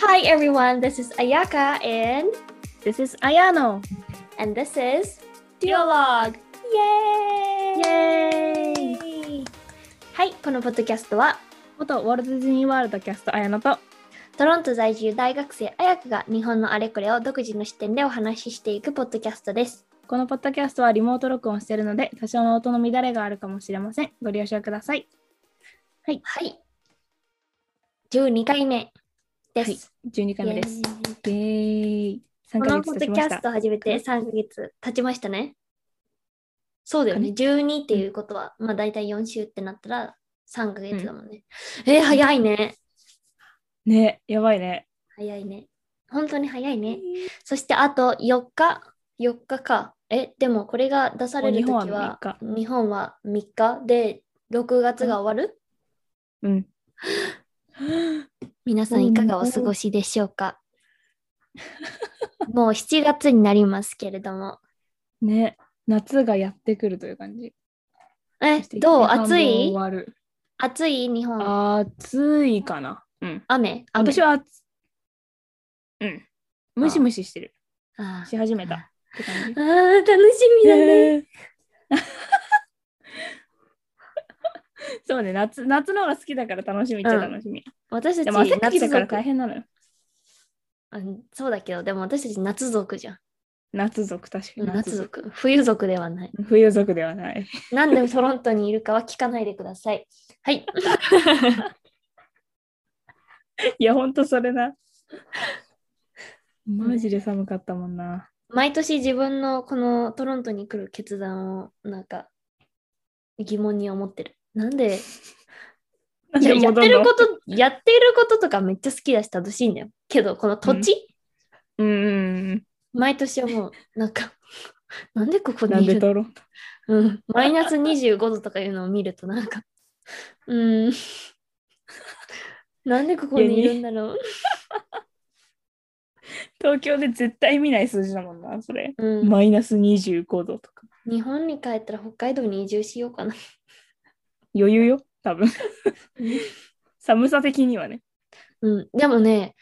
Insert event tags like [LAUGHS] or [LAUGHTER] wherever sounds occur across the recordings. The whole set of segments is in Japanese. Hi everyone, this is Ayaka and This is Ayano. and this is Dialogue. イエーイはい、このポッドキャストは元ウォルト・ディズニー・ワールドキャスト綾乃とトロント在住大学生綾香が日本のあれこれを独自の視点でお話ししていくポッドキャストです。このポッドキャストはリモート録音しているので多少の音の乱れがあるかもしれませんご了承くださいはい。12回目です。 12回目ですイエーイイエーイこ3ヶのポ月ッド経ちまキャしスたト始めて3ヶ月経ちましたね。そうだよね。12っていうことは、まあ大体4週ってなったら3ヶ月だもんね。えー、早いね。ねやばいね早いね。本当に早いね。そしてあと4日、4日か。え、でもこれが出されるときは日本は、日本は3日で、6月が終わる、うん皆さんいかがお過ごしでしょう [LAUGHS] かもう7月になりますけれども。ね夏がやってくるという感じえそして、どう一年半暑分い終わる暑い日本。暑いかなうん雨雨私は暑うんムシムシしてるあし始めたって感ーあじー楽しみだね。ね [LAUGHS] そうね夏夏の方が好きだから楽しみっちゃ楽しみ、 [LAUGHS] 私たちでも汗か夏きだから族大変なのようんそうだけど、でも私たち夏族じゃん。夏族確かに夏族。冬族ではない。冬族ではない [LAUGHS] なんでトロントにいるかは聞かないでください。 [LAUGHS] はい。いやほんとそれなマジで寒かったもんな毎年自分のこのトロントに来る決断をなんか疑問に思ってる。なんでいややってることと、やってることとかめっちゃ好きだし楽しいんだよ。けど、この土地、うんうん毎年思う。なんか、なんでここうんなんにいるでの取ろううん、マイナス25度とかいうのを見るとなんか、 [LAUGHS] うーん、 [LAUGHS] なんでここにいるんだろう。東京で絶対見ない数字だもんなそれ、うん、マイナス25度とか日本に帰ったら北海道に移住しようかな。余裕よ多分寒さ的にはねうん、でもね、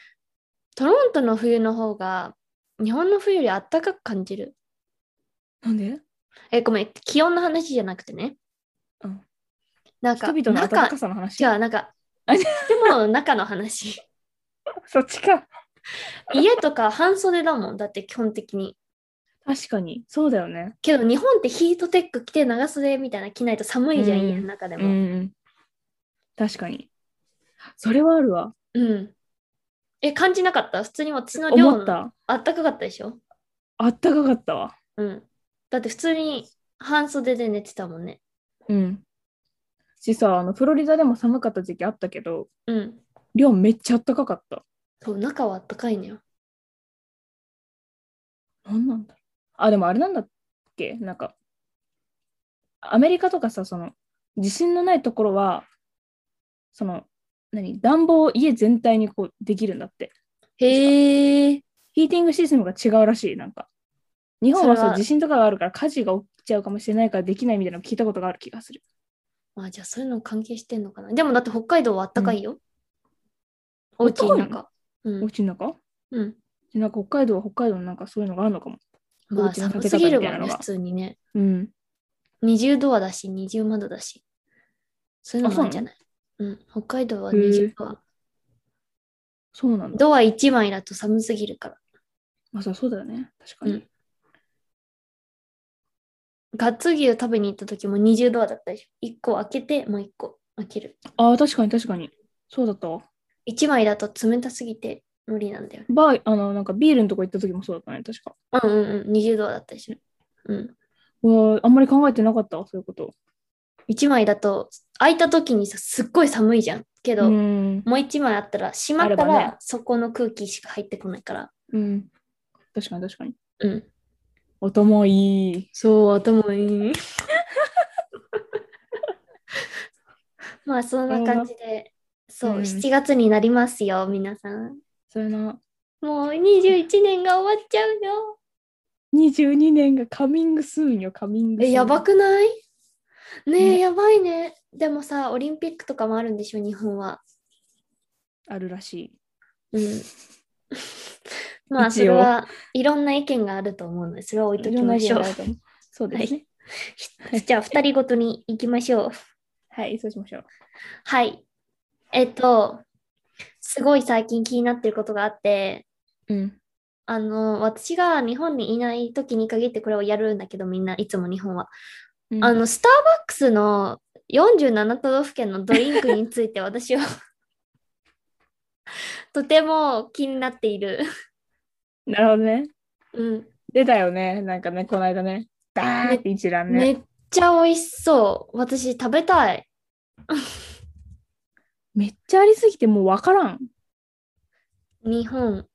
トロントの冬の方が日本の冬より暖かく感じる。なんでえ、ごめん、気温の話じゃなくてね。うんなんか、人々の暖中かさの話じゃあなん [LAUGHS] か、あでも中の話。そっちか家とか半袖だもん、だって基本的に。確かにそうだよねけど日本ってヒートテック着て長袖みたいな着ないと寒いじゃん、うん家の中でうも。ん確かにそれはあるわうん。え、感じなかった普通に私の寮思っのたあったかかったでしょあったかかったわうん。だって普通に半袖で寝てたもんね。うんしさあのフロリダでも寒かった時期あったけどうん。寮めっちゃあったかかったそう、中はあったかいのよ。なんなんだろうあでもあれなんだっけなんかアメリカとかさその地震のないところはその何暖房を家全体にこうできるんだってへえ。ヒーティングシステムが違うらしい、なんか。日本はそれそうは地震とかがあるから火事が起きちゃうかもしれないからできないみたいなの聞いたことがある気がする。まあじゃあそういうの関係してんのかな。でもだって北海道はあったかいよ。うんおうちのあった中。うおん。家の中うん。なんか北海道は北海道のなんかそういうのがあるのかも。まあお家の建寒てす方ぎるみたもいなんのね、が普通にね。うん。二重ドアだし、二重窓だし。そういうのもあるんじゃないうん。北海道は二へ重えドア。そうなんだ。ドア1枚だと寒すぎるから。まあそうそうだよね。確かに。うんガッツ牛食べに行った時も20ドアだったでしょ。1個開けて、もう1個開ける。ああ、確かに確かに。そうだったわ。 1枚だと冷たすぎて無理なんだよね。バー、あの、なんかビールのとこ行った時もそうだったね。確か。うんうんうん。20ドアだったでしょ。うん。うわーあんまり考えてなかったわ、そういうこと。 1枚だと開いた時にさ、すっごい寒いじゃん。けど、うもん。う1枚あったら、閉まったあればら、そこの空気しか入ってこないから。うん。確かに確かに。うん。音もいい。そう、頭いい。 [LAUGHS] まあ、そんな感じで、そう、うん7月になりますよ、皆さん。それな。もう21年が終わっちゃうよ。 22年がカミングスーンよ、カミングスーえ、ン。やばくないねえ、ねやばいね。でもさ、オリンピックとかもあるんでしょ、日本は。あるらしい。うん。 [LAUGHS] まあ、一応それはいろんな意見があると思うので、それは置いといきろんなま意し見ょうがあ。ると思う。そうで [LAUGHS] すね。ひじゃあ、二人ごとに行きましょう。はい、そうしましょう。はい。えっと、すごい最近気になってることがあって、うん。あの、私が日本にいない時に限ってこれをやるんだけど、みんないつも日本は。あの、スターバックスの47都道府県のドリンクについて私は [LAUGHS] とても気になっている。なるほどね。うん。出たよね。なんかね、この間ね。ダーンって一覧めね。っちゃ美味しそう。私食べたい。めっちゃありすぎてもうわからん。日本。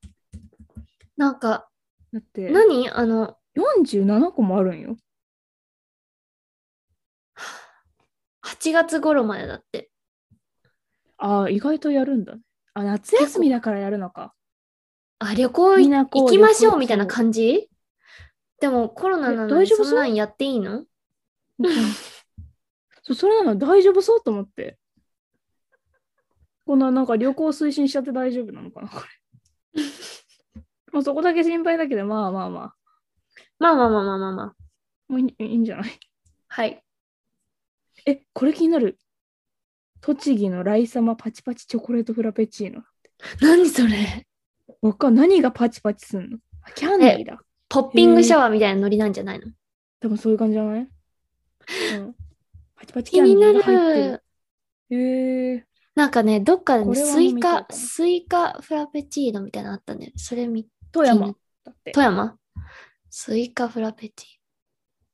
なんか、だって、何あの、 47個もあるんよ。 8月頃までだって。ああ、意外とやるんだね。あ、夏休みだからやるのか。あ、旅行み行んなこうきましょう旅行みたいな感じでもコロナなえの大に丈夫そそうんなんやっていいのうんそうそれなの大丈夫そうと思って。こんななんか旅行推進しちゃって大丈夫なのかなこれ。もうそこだけ心配だけど、まあまあまあ。まあまあまあまあまあまあ。もういいいいんじゃないはい。え、これ気になる。栃木のライサマパチパチチョコレートフラペチーノ。何それわかん何がパチパチすんのあキャンディーだ。ポッピングシャワーみたいなノリなんじゃないの多分そういう感じじゃない、うん、パチパチキ気ャンにディなーが入ってるる。。へえなんかね、どっかでね、これはス飲イみたいカか、もスイカフラペチーノみたいなのあったんだよね。それみ、富気に山なだって。富山スイカフラペチ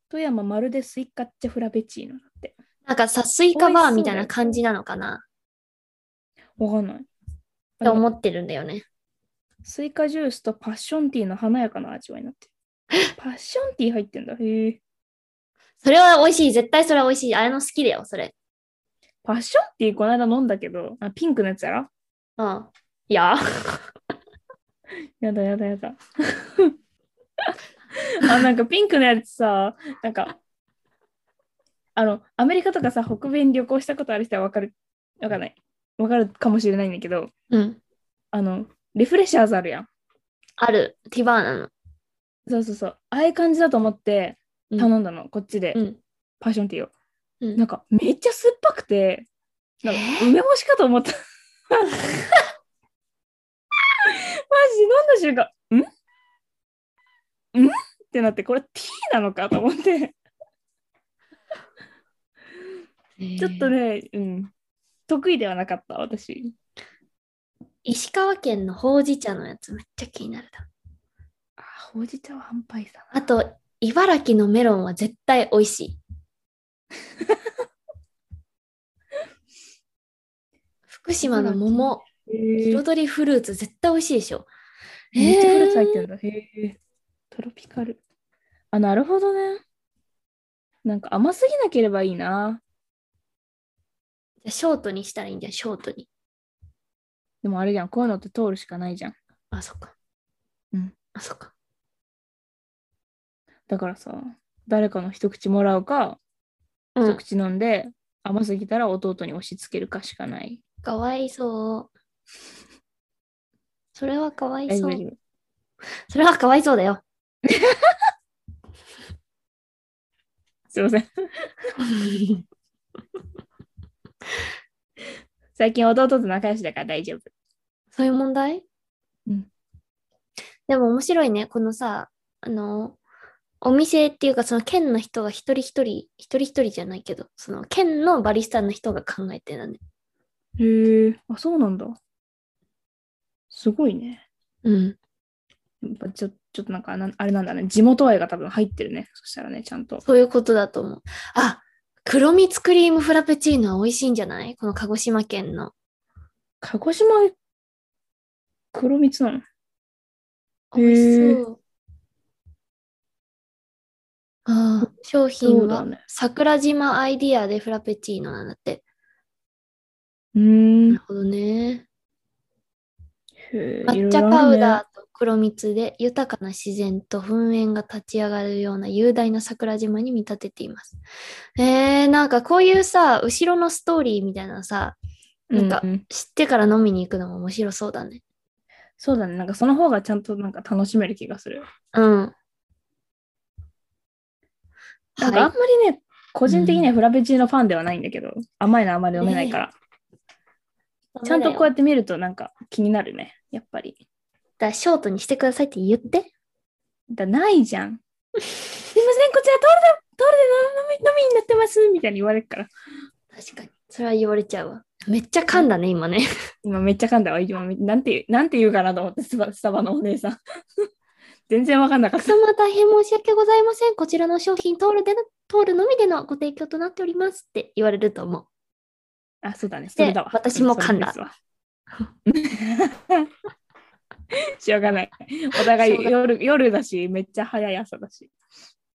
富山まるでスイカッチェフラペチーノだって。ーノ。なんかさ、スイカバーみたいな感じなのかなわかんない。って思あってるんだよね。のスイカジュースとパッションティーの華やかな味わいに [LAUGHS] なってる。パッションティー入ってんだ。へえ。それは美味しい。絶対それは美味しい。あれの好きだよ、それ。パッションティーこの間飲んだけど、あピンクのやつやろうん。いや。やだやだやだ。 [LAUGHS] あ、なんかピンクのやつさ、なんか、あの、アメリカとかさ、北米に旅行したことある人はわかる、わかんない。わかるかもしれないんだけど、うん。あの、リフレッシャーズあるやん。ある。ティバーナの。そうそうそう。ああいう感じだと思ってうん頼んだの、こっちで、うん。パッションティーを。うんなんか、めっちゃ酸っぱくて、なんかえ梅干しかと思った。 [LAUGHS] マジ、飲んだ瞬間、んんってなって、これティーなのかと思って、ちょっとね。ね、うん、得意ではなかった、私。石川県のほうじ茶のやつめっちゃ気になるな。あ、ほうじ茶は販売さあと、茨城のメロンは絶対美味し [LAUGHS] い。福島の桃、へー彩りフルーツ絶対美味しいでしょ。めっちゃフルーツ入っえてるんだ。へえ。トロピカル。あ、なるほどね。なんか甘すぎなければいいな。ーショートにしたらいいんじゃん、ショートに。でもあれじゃん、こういうのって通るしかないじゃん。あ、そっか。うん。あ、そっか。だからさ、誰かの一口もらうか、う一ん。口飲んで、甘すぎたら弟に押し付けるかしかない。かわいそう。 [LAUGHS] それはかわい大そ丈夫う大。丈夫それはかわいそうだよ。すいません。最近弟と仲良しだから大丈夫。そういう問題うん。でも面白いね、このさ、あの、お店っていうか、その県の人が一人一人、一人一人じゃないけど、その県のバリスタの人が考えてるね。へえ。あ、そうなんだ。すごいね。うん。やっぱちょちょっとなんかなあれなんだね。地元愛が多分入ってるね。そしたらね、ちゃんと。そういうことだと思う。あ、黒蜜クリームフラペチーノは美味しいんじゃないこの鹿児島県の。鹿児島黒蜜なのへ美ー味しそう。ああ、商そ品うだはね。桜島アイディアでフラペチーノなんだって。うー。なんるほどね。へー抹茶パウダー。いろいろあるねと黒蜜で豊かな自然と噴煙が立ち上がるような雄大な桜島に見立てています。えー、なんかこういうさ、後ろのストーリーみたいなのさ、なんかうう知ってから飲みに行くのも面白そうだね。そうだね。なんかその方がちゃんとなんか楽しめる気がする。うん。なんかあんはまりね、個人的にはフラペチーノファンではないんだけど、甘いのあまり飲めないから、い。ちゃんとこうっやて。って見るとなんか気になるね、やっぱり。だからショートにしてくださいって言って。だないじ [LAUGHS] ゃん。すいません、こちらトールで、トールで飲み飲みになってますみたいに言われるから。確かに。それは言われちゃうわ。めっちゃ噛んだね、今ね。今めっちゃ噛んだわ。今めなんて、なんて言うかなと思って、スタバスタバのお姉さん。 [LAUGHS] 全然わかんなかおっ客た。様大変申し訳ございません。こちらの商品通るでの、通るのみでのご提供となっておりますって言われると思う。あ、そうだね。それだわ。私も噛んだうんそれですわ。 [LAUGHS] しょうがない。お互しょういが夜夜だし、めっちゃ早い朝だし。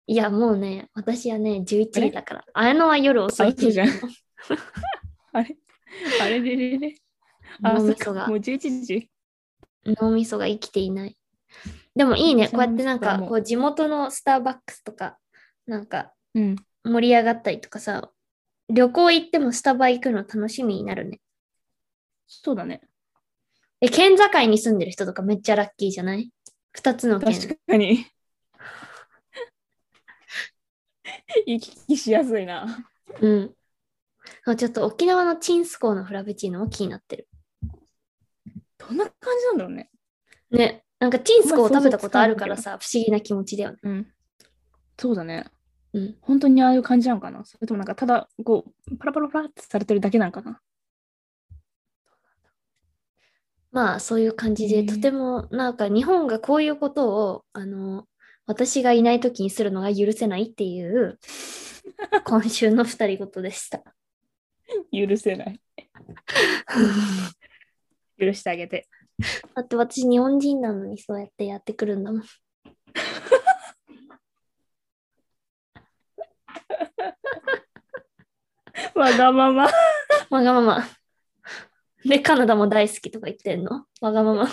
いや、もうね、私はね、11時だから。あやのは夜遅いけどあそうじゃんあれ [LAUGHS] あれれれれあ、脳そみっそか。がもう、11時。 [LAUGHS] 脳みそが生きていない。でもいいね、こうやってなんそうか、もうこう地元のスターバックスとか、なんかうん。盛り上がったりとかさ、旅行行ってもスタバ行くの楽しみになるね。そうだね。え、県境に住んでる人とかめっちゃラッキーじゃない二つの県。確かに。 [LAUGHS] 行き来しやすいな。うん。あちょっと沖縄のチンスコーのフラペチーノも気になってる。どんな感じなんだろうね。ね。なんかチンスコーを食べたことあるかまあら想さ、不思議な気持ちだよね。うん。そうだね。うん。本当にああいう感じなのかなそれともなんかただこうパラパラパラってされてるだけなんかなまあそういう感じで、ねとてもなんか日本がこういうことをあの私がいない時にするのが許せないっていう今週の二人ごとでした。許せ [LAUGHS] ない。許してあげて。だって私日本人なのにそうやってやってくるんだもん。わがまま。わがまま。でカナダも大好きとか言ってんのわがまま。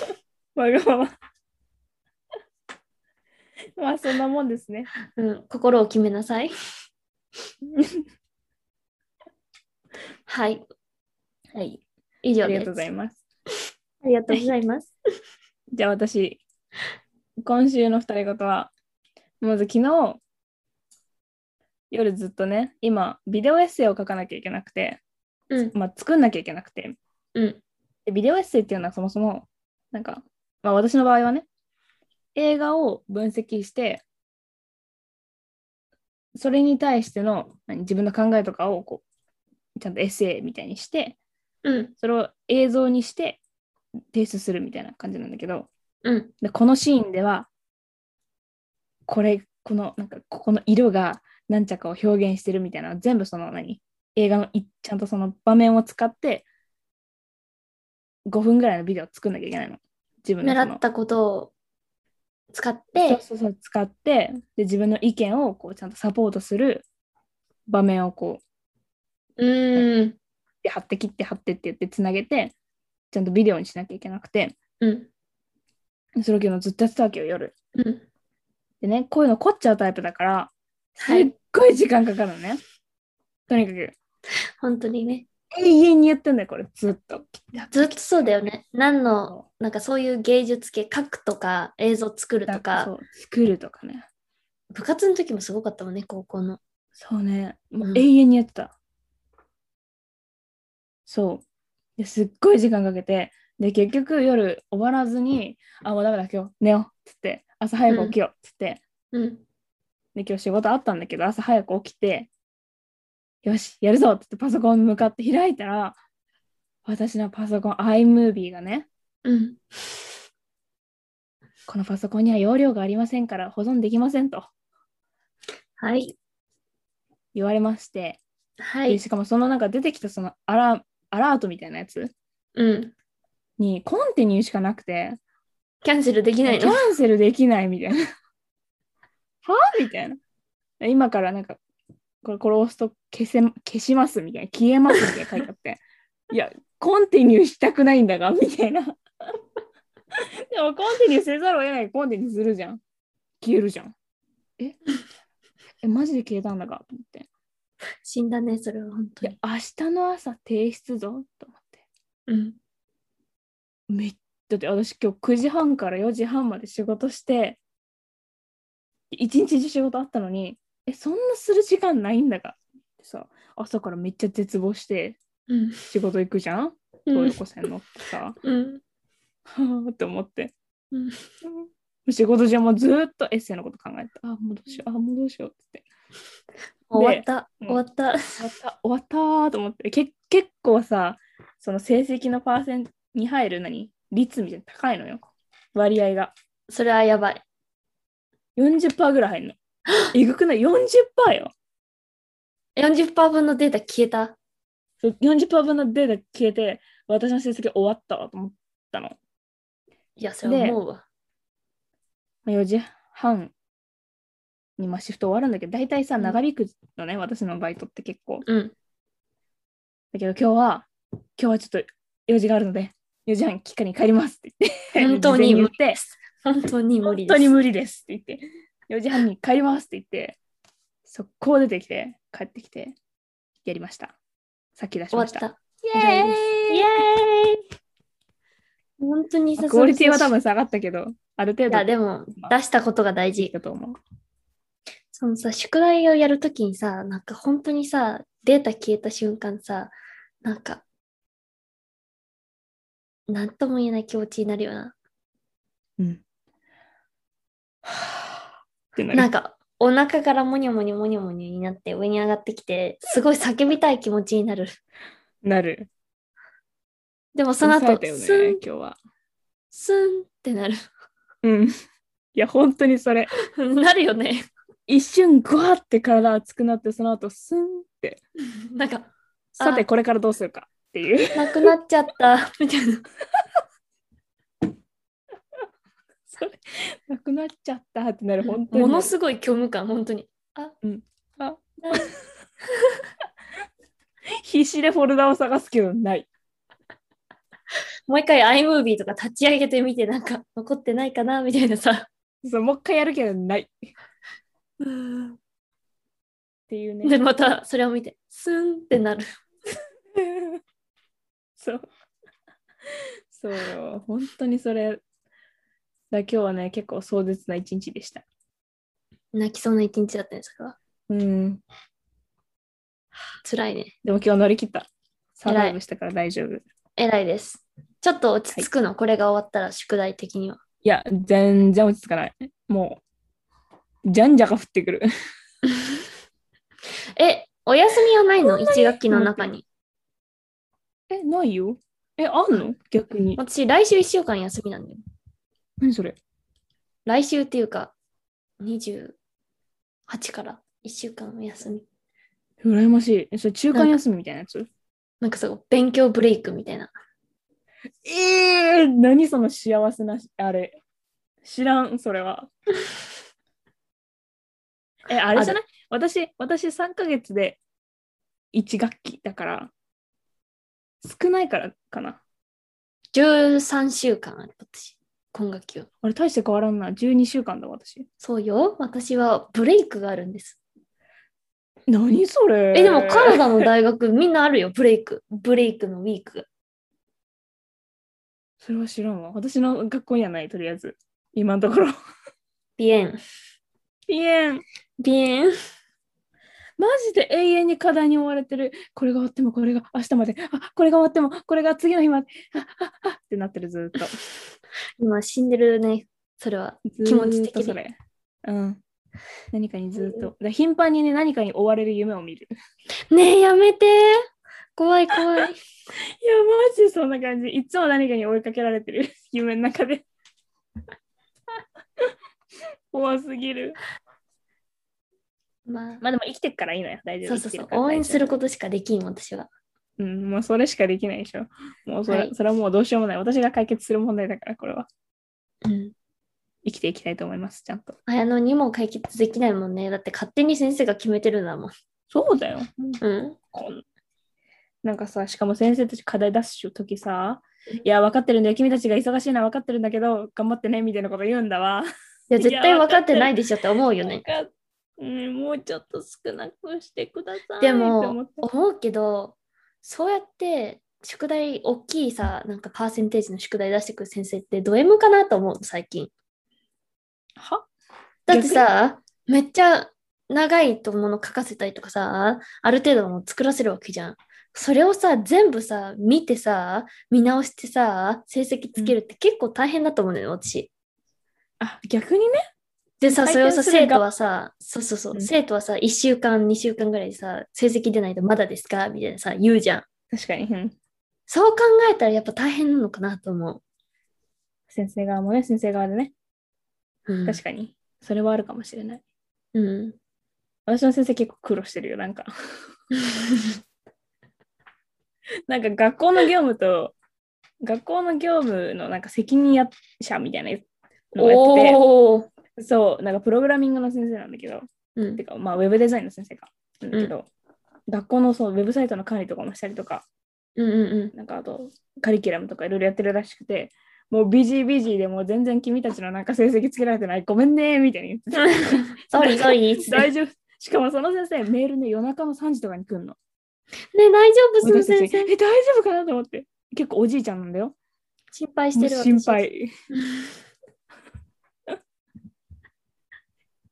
わがまま。 [LAUGHS] まあそんなもんですね。うん、心を決めなさい。はい、はい。以あ上です。りがとうございます。ありがとうございます。じゃあ私、今週の二人ごとは、まず昨日、夜ずっとね、今、ビデオエッセイを書かなきゃいけなくて、うん、まあ作んなきゃいけなくて、うん、でビデオエッセイっていうのはそもそも、なんか、まあ私の場合はね、映画を分析して、それに対しての何自分の考えとかをこう、ちゃんとエッセイみたいにして、うん、それを映像にして提出するみたいな感じなんだけど、うん、でこのシーンでは、これ、この、なんか、ここの色が何着を表現してるみたいな、全部その何映画のい、ちゃんとその場面を使って、5分ぐらいのビデオを作んなきゃいけないの。自分の習そのったことを使っそうて、そうそう使ってで自分の意見をこうちゃんとサポートする場面をこううーん、で貼って切って貼ってって言ってつなげてちゃんとビデオにしなきゃいけなくてうん、それを昨日ずっとやってたわけよ夜うん、でねこういうの凝っちゃうタイプだからすはっい、ごい時間かかるのね、とにかく本当にね。永遠にやってんだよこれずっとずっとそうだよね。何の、そなんかそういう芸術系、書くとか映像作うるなとんかそか、う作るとかね部活の時もすごかったもんね、高校の。そうねもううん永遠にやってた、そうですっごい時間かけてで結局夜終わらずにあもうダメだ今日寝ようっつって朝早く起きようっつって、うん、で今日仕事あったんだけど朝早く起きてよしやるぞっつってパソコンに向かって開いたら私のパソコン iMovie がねうん、このパソコンには容量がありませんから保存できませんとはい、言われまして、はでい、しかもそのなんか出てきたそのアラアラートみたいなやつうん。にコンティニューしかなくて、キャンセルできキないャのンセルできないみたいな。 [LAUGHS] はみたいな。今からなんか、これこれ押すと消せ消しますみたいな、消えますみたいな書いてあって、 [LAUGHS] いや、コンティニューしたくないんだが、みたいな。 [LAUGHS] でもコンティニューせざるを得ないコンティニューするじゃん。消えるじゃん。ええ、マジで消えたんだがと思って。死んだね、それは本当いやに。、明日の朝提出ぞと思って。うん、めっだって私今日9時半から4時半まで仕事して、一日中仕事あったのに、え、そんなする時間ないんだがってさ、朝からめっちゃ絶望してうん。仕事行くじゃんう東ん横線乗ってさ、 [LAUGHS] うん。はぁって思って。うん [LAUGHS] 仕事中もずーっとエッセイのこと考えて、あ、もうどうしよう、あ、もうどうしようって終わった。うん終わった。終わった、終わったーと思って、け結構さ、その成績のパーセントに入る何率みたいな高いのよ。割合が。それはやばい。 40%ぐらい入 [GASPS] るの。えぐくない ?40% よ。 40%分のデータ消えた。そう40%分のデータ消えて、私の成績終わったわと思ったの。いや、それは思うわ。まあ4時半にまあシフト終わるんだけど、大体さ、うん長引くのね、私のバイトって結構。うん。だけど今日は、今日はちょっと用事があるので、4時半きっかりに帰りますって言って、本当に事前言って、本当に無本理当です。に無理ですって言って、4時半に帰りますって言って、速攻出てきて、帰ってきて、やりました。さっき出し終わっました。た。以上ですイエーイ本当にさクオリティは多分下がったけど、ある程いや、度でも、出したことが大事。だと思う。そのさ、宿題をやるときにさ、なんか本当にさ、データ消えた瞬間さ、なんか、なんとも言えない気持ちになるよな。うん。ってななんる。か、お腹からモニョモニョモニョモニョになって上に上がってきて、すごい叫びたい気持ちになる。なる。でもその後、抑えたよねスン今、日は。スンってなる。 [LAUGHS] うん。い [LAUGHS] や、本当にそれ。なるよね。一瞬、ぐわって体熱くなって、その後、スンって。なんか、さて、あこれからどうするかっていう。なくなっちゃった、みたいな。 [LAUGHS] それなくなっちゃったってなる、本当に。ものすごい虚無感、本当に。あ、うんあな必死でフォルダを探すけど、ない。もう一回 iMovie とか立ち上げてみて、なんか残ってないかな、みたいなさ。そう、もう一回やるけど、ない。っで、ていうね。またそれを見て、スンってなる。 [LAUGHS] そう。そうよ。本当にそれ。だ今日はね、結構壮絶な一日でした。泣きそうな一日だったんですが、うん。辛いね。でも今日は乗り切った。サバイブしたから大丈夫。い偉いです。ちょっと落ち着くの、これが終わったら宿題的には。や、全然落ち着かない。もう、じゃんじゃか降ってくる。え、お休みはないの ?1 学期の中に。え、ないよ。え、あんの逆に。私、来週1週間休みなんだよ。何それ来週っていうか、28から1週間お休み。羨ましい。えそれ中間休みみたいなやつなんかそう、勉強ブレイクみたいな。ええー、何その幸せなし、あれ。知らん、それは。え、あれじゃない私、私3ヶ月で1学期だから、少ないからかな。 13週間ある、私。今学期は。あれ、大して変わらんな。12週間だ、私。そうよ。私はブレイクがあるんです。何それえ、でもカナダの大学みんなあるよ、ブレイク。ブレイクのウィークが。それは知らんわ。私の学校にはない、とりあえず。今のところ。ビエン。ピエン。ビエン。マジで永遠に課題に追われてる。これが終わっても、これが明日まで。あ、これが終わっても、これが次の日まで。あ、あ、あってなってる、ずーっと。今死んでるね、それは。ずーっと気持ち的にそれ。うん。何かにずーっと。だから頻繁にね、何かに追われる夢を見る。いねえ、やめて。怖い怖 [LAUGHS] い。や、マジでそんな感じ。いつも何かに追いかけられてる。 [LAUGHS] 夢の中で。怖すぎる。まあ、まあでも生きてっからいいのよ、大丈そ夫。うそうそう。応援することしかできん、私は。と。うん、もうそれしかできないでしょ。もうそれ,、はいそれはもうどうしようもない。私が解決する問題だから、これは。うん。生きていきたいと思います、ちゃんと。綾乃にも解決できないもんね。だって勝手に先生が決めてるんだもん。そうだよ。うん。こんなんかさ、しかも先生たち課題出す時さ、いや、分かってるんだよ、君たちが忙しいのは分かってるんだけど、頑張ってね、みたいなこと言うんだわ。いや、絶対分かってないでしょって思うよね。なんかうんもうちょっと少なくしてください。でもと思って思うけどそうやって宿題、大きいさ、なんかパーセンテージの宿題出してくる先生ってド M かなと思うの、最近。はだってさ、めっちゃ長いともの書かせたりとかさ、ある程度も作らせるわけじゃん。それをさ、全部さ、見てさ、見直してさ、成績つけるって結構大変だと思うのよ、私。あ、逆にね。でさ、採点それをさ、する生が徒はさ、そうそうそう、うん生徒はさ、1週間、2週間ぐらいでさ、成績出ないとまだですかみたいなさ、言うじゃん。確かに。うんそう考えたらやっぱ大変なのかなと思先生側もね、先生側でね。う。うん、確かに。それはあるかもしれない。うん。私の先生結構苦労してるよ、なんか。なんか学校の業務と、学校の業務のなんか責任者みたいなのをやっておお。て、そう、なんかプログラミングの先生なんだけど、うんて。か、まあ、ウェブデザインの先生か。なんだけど、学校のそうウェブサイトの管理とかもしたりとか、うんうん [LAUGHS] なんかあと、カリキュラムとかいろいろやってるらしくて、もうビジービジーでもう全然君たちのなんか成績つけられてない、ごめんね、みたいに言ってうん。ソーリー [LAUGHS] ソーリー。 [LAUGHS] 大丈夫。しかもその先生、メールね、夜中の3時とかに来る [LAUGHS] の。ね、大丈夫、その私たち先生。え、大丈夫かなと思って。結構おじいちゃんなんだよ。心配してるもうわ。心配。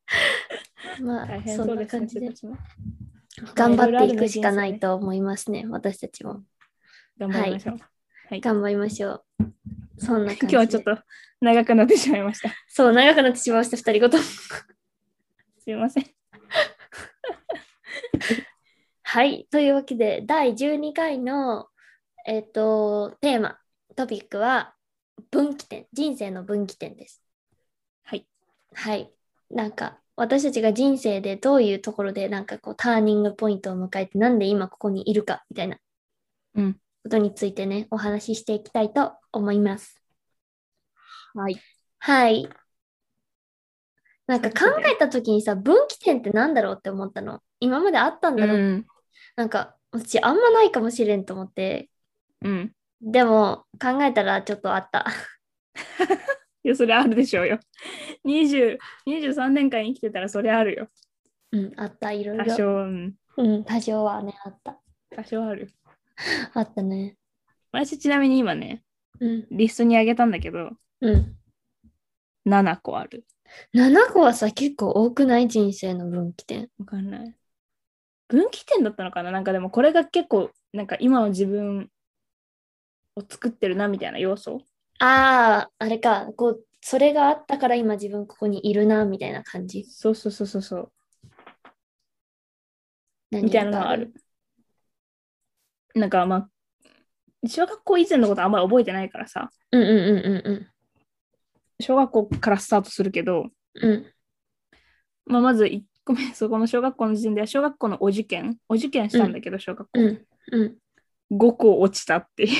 私。まあ、大変そそうんなです感ね。じで先生たちも頑張っていくしかないと思いますね、私たちも。頑張りましょう。はい。頑張りましょう。そんな感じで。 [LAUGHS] 今日はちょっと長くなってしまいました。そう、長くなってしまいました、二人ごと。すいません。はい。というわけで、第12回の、えっとテーマ、トピックは、分岐点、人生の分岐点です。はい。はい。なんか、私たちが人生でどういうところで、なんかこう、ターニングポイントを迎えて、なんで今ここにいるか、みたいなうんことについてね、お話ししていきたいと思います。はい。はい。なんかそう考ですねえた時にさ、分岐点ってなんだろうって思ったの。今まであったんだろううん。なんか私あんまないかもしれんと思ってうん。でも考えたらちょっとあった [LAUGHS] いや、それあるでしょうよ。20 23年間生きてたらそれあるよ。うんあったいろいろ多少、うん。うん、多少はねあった多少ある。あったね私ちなみに今ね、うんリストにあげたんだけど、うん7個ある。 7個はさ結構多くない人生の分岐点わかんない。分岐点だったのかななんかでもこれが結構、なんか今の自分を作ってるなみたいな要素あああれかこうそれがあったから今自分ここにいるなみたいな感じそうそうそうそうそう。何みたいなのがある。なんかまあ、小学校以前のことあんまり覚えてないからさ、うんうんうんうん小学校からスタートするけど、うんうんまあ、まず1個目、そこの小学校の時点では小学校のお受験、お受験したんだけど、小学校、うんうん5校落ちたって [LAUGHS] いう。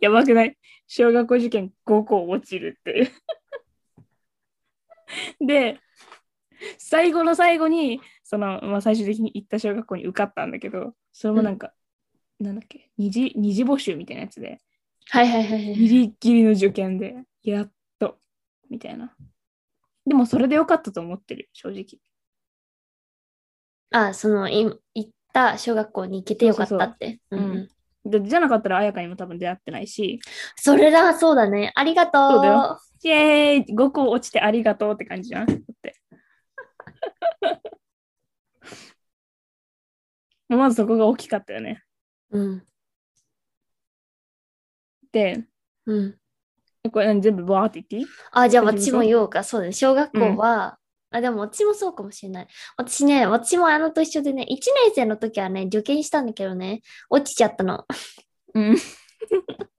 やばくない小学校受験5校落ちるっていう。で、最後の最後に、その、まあ、最終的に行った小学校に受かったんだけど、それもなんか、なんだっけ二次、二次募集みたいなやつで、はいはいはいはいギリギリの受験で、やっと、みたいな。でも、それでよかったと思ってる、正直。あそのい行った小学校に行けてよかったってそうそううそうんうんでじゃなかったら、彩香にも多分出会ってないし、それだ、そうだね。ありがとう。そうだよイエーイ !5 個落ちてありがとうって感じじゃんだって。 [LAUGHS] もうまずそこが大きかったよね。うん。で、うん。これ何全部バーって言っていいあ、じゃあ大丈夫私も言おうか。そうだね。小学校は、あ、でも私もそうかもしれない。私ね、私もあのと一緒でね、1年生の時はね、受験したんだけどね、落ちちゃったの。うん。 [LAUGHS]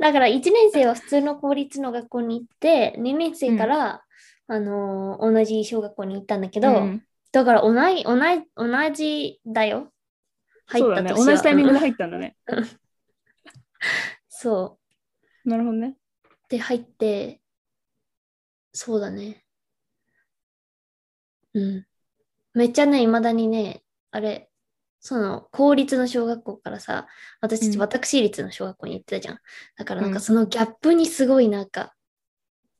だから1年生は普通の公立の学校に行って、2年生から、あのー同じ小学校に行ったんだけど、うんだから同い同い同じだよ。入そうっだたね。年は同じタイミングうんで入ったんだね。そう。なるほどね。で入って、そうだね。うん。めっちゃね、いまだにね、あれ、その、公立の小学校からさ、私たち、うん私立の小学校に行ってたじゃん。だからなんうかんそのギャップにすごいなんか、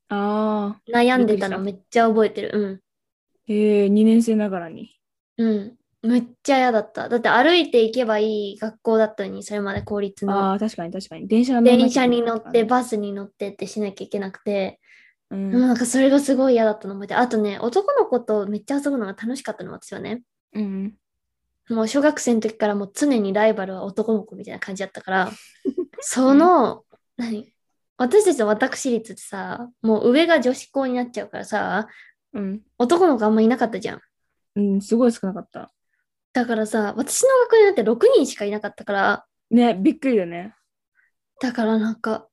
ああ。悩んでたのびめっちゃ覚えてる。えー、2年生ながらに。うん。うん。むっちゃ嫌だった。だって歩いて行けばいい学校だったのに、それまで公立の。ああ、確かに確かに。電車の電車に乗って、バスに乗ってってしなきゃいけなくて、うん。もうなんかそれがすごい嫌だったのもで、あとね、男の子とめっちゃ遊ぶのが楽しかったの、私はね。うん。もう小学生の時からもう常にライバルは男の子みたいな感じだった [LAUGHS] から、その、何私たちの私立ってさ、もう上が女子校になっちゃうからさ、うん。男の子あんまいなかったじゃん。うん、すごい少なかった。だからさ、私の学年なんて6人しかいなかったから、ね、びっくりだね。だからなんか、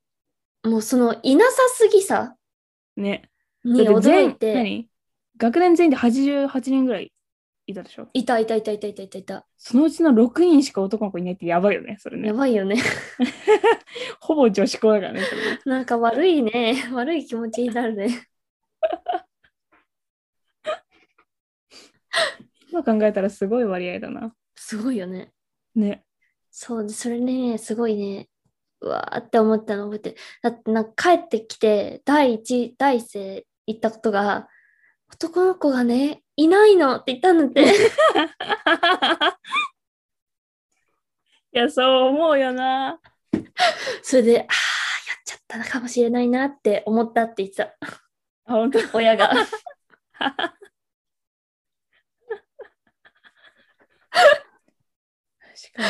もうそのいなさすぎさね。にだって全驚いて、何学年全員で88人ぐらいいたでしょ。いたいたいたいたいたいたいた。そのうちの6人しか男の子いないってやばいよね、それやね。ばいよね。 [LAUGHS] ほぼ女子校だからね、それねなんか悪いね。 [LAUGHS] 悪い気持ちになるね。今考えたらすごい割合だな。すごいよね。ね。そうで、それね、すごいね、うわーって思ったの覚えてる。だってなんか帰ってきて、第一、第一声言ったことが、男の子がね、いないのって言ったんだって。いや、そう思うよな。 [LAUGHS] それで、ああ、やっちゃったのかもしれないなって思ったって言ってた、あ、本当親が。確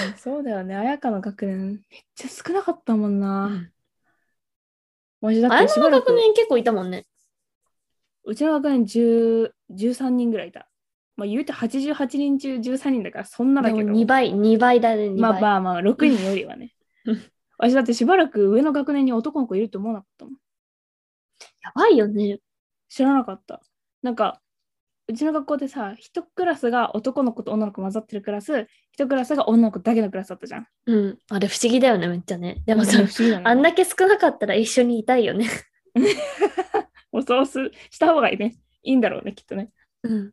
かにそうだよね。綾香の学年めっちゃ少なかったもんな。マジだあっれてしばのらく学年結構いたもんね。うちの学年10 13人ぐらいいた。まあ言うて88人中13人だからそんなだでけもど。 2倍、2倍だね、2倍。まあまあまあ6人よりは [LAUGHS] ねうん。私だってしばらく上の学年に男の子いると思わなかったもん。やばいよね。知らなかった。なんかうちの学校でさ、一クラスが男の子と女の子混ざってるクラス、一クラスが女の子だけのクラスだったじゃん。うん。あれ不思議だよね、めっちゃね。でもさ不、思議だねあんだけ少なかったら一緒にいたいよね。もうそうすした方がいいね。いいんだろうね、きっとね。 [LAUGHS] うん。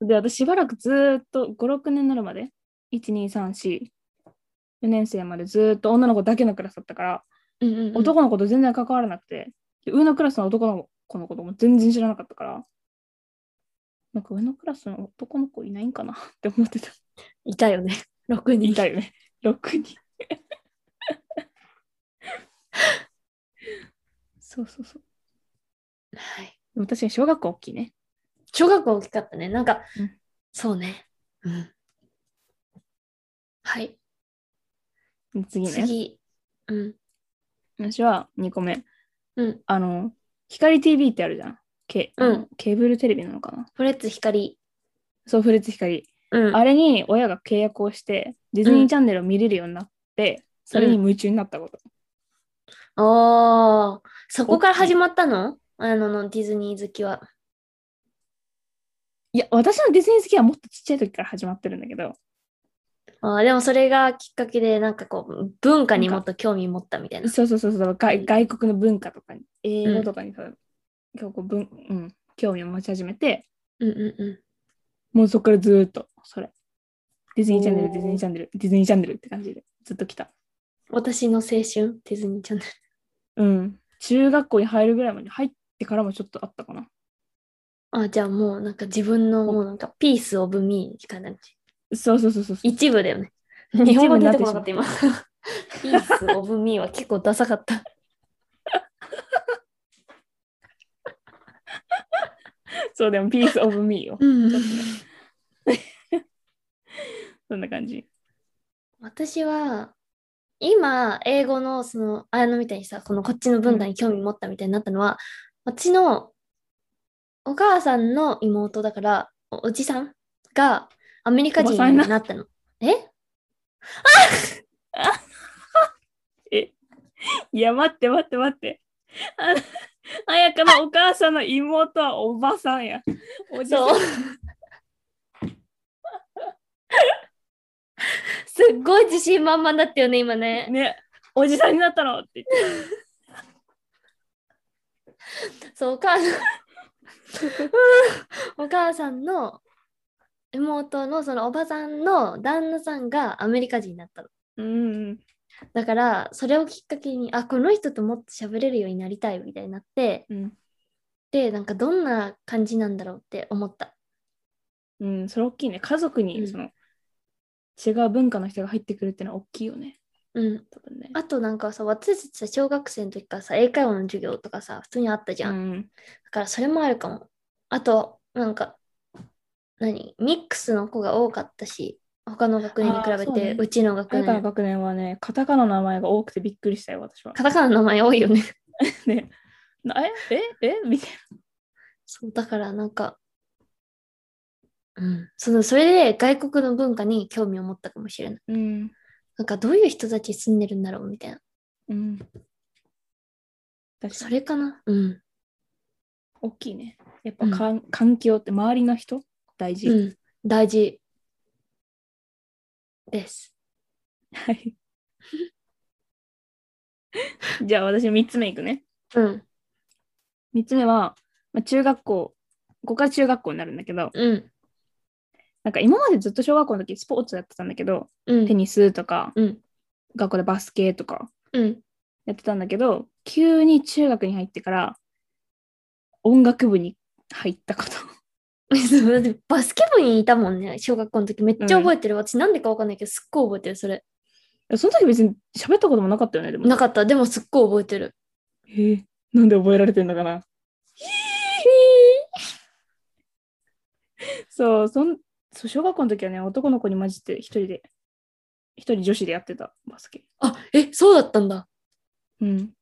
で、私しばらくずーっと5、6年になるまで、1、2、3、4、4年生までずーっと女の子だけのクラスだったから、うんうんうん、男の子と全然関わらなくて、で上のクラスの男の子のことも全然知らなかったから、なんか上のクラスの男の子いないんかなって思ってた。いたよね。6人。いたよね。6人。 [LAUGHS] そうそうそう。はい。でも確かに小学校大きいね。小学校大きかったね。なんか、うんそうね。うん。はい。次ね。次。うん。私は2個目。うん。あの、光 TV ってあるじゃん。けあのうんケーブルテレビなのかなフレッツ光。そう、フレッツ光。うん。あれに親が契約をして、ディズニーチャンネルを見れるようになって、それに夢中になったこと。おー。そこから始まったのあののディズニー好きは。いや、私のディズニー好きはもっとちっちゃい時から始まってるんだけど、あーでもそれがきっかけで、なんかこう、文化にもっと興味持ったみたいな。そうそうそうそう外、外国の文化とかに、英語とかにさ、結構文、うん、興味を持ち始めて、うんうんうん。もうそこからずーっと、それ。ディズニーチャンネおル、ーディズニーチャンネル、ディズニーチャンネルって感じで、ずっと来た。私の青春、ディズニーチャンネル。うん。中学校に入るぐらいまで入ってからもちょっとあったかな。あ、じゃあもうなんか自分のもうなんかピースオブミーかな。そうそうそうそうそう。一部だよね。 [LAUGHS] 部日本語に出なっててこなしまかっったた今。ピ [LAUGHS] ース・オブ・ミーは結構ダサかった。そうでも、ピースオブミーよ。うんちょっとねそんな感じ。私は今英語のその綾乃みたいにさこのこっちの文化に興味持ったみたいになったのは、私のお母さんの妹だからおおじさんがアメリカ人おばさんになになったの。えいや、待って待って待って。 [LAUGHS] ああやかのお母さんの妹はおばさんや。おじさん [LAUGHS] そう。すっごい自信満々だったよね今ね。ね、おじさんになったのって言って。そうお母さん [LAUGHS] お母さんの妹のそのおばさんの旦那さんがアメリカ人になったのうん。だからそれをきっかけにあこの人ともっと喋れるようになりたいみたいになってうん。でなんかどんな感じなんだろうって思ったうん、それ大きいね。家族うにんその、違う文化の人が入ってくるってのは大きいよね。うん。多分ね。あとなんかさ、私たちさ、小学生の時からさ、英会話の授業とかさ、普通にあったじゃん。うだん。からそれもあるかも。あと、なんか、何ミックスの子が多かったし、他の学年に比あーべそうて、ねうちの学今回の年。学年はね、カタカナの名前が多くてびっくりしたよ、私は。 [LAUGHS] カタカナの名前多いよね。 [LAUGHS] ね、なええ [LAUGHS] えみたいそう、だからなんか、うん。その、それで外国の文化に興味を持ったかもしれない。な。うん。なんかどういう人たち住んでるんだろうみたいな。うん。確かそにれかなうん。大きいね。やっぱか、ん、環境って周りの人大事。うん。大事。です。はい。 [LAUGHS] じゃあ私3つ目いくね。うん。 3つ目は、まあ、中学校、ここから中学校になるんだけど、うん。なんか今までずっと小学校の時スポーツやってたんだけど、うん。テニスとか、うん。学校でバスケとかうん。 [LAUGHS] やってたんだけど、急に中学に入ってから、音楽部に入ったこと。そうだってバスケ部にいたもんね、小学校の時めっちゃ覚えてる。私なんでかわかんないけど、すっごい覚えてる、それ。 [LAUGHS] その時別に喋ったこともなかったよね、でも。なかった。でもすっごい覚えてる。えーなんで覚えられてんのかな。そう、そんそう小学校の時はね、男の子に混じって一人で、一人女子でやってた、バスケ。あ、え、そうだったんだ。うん。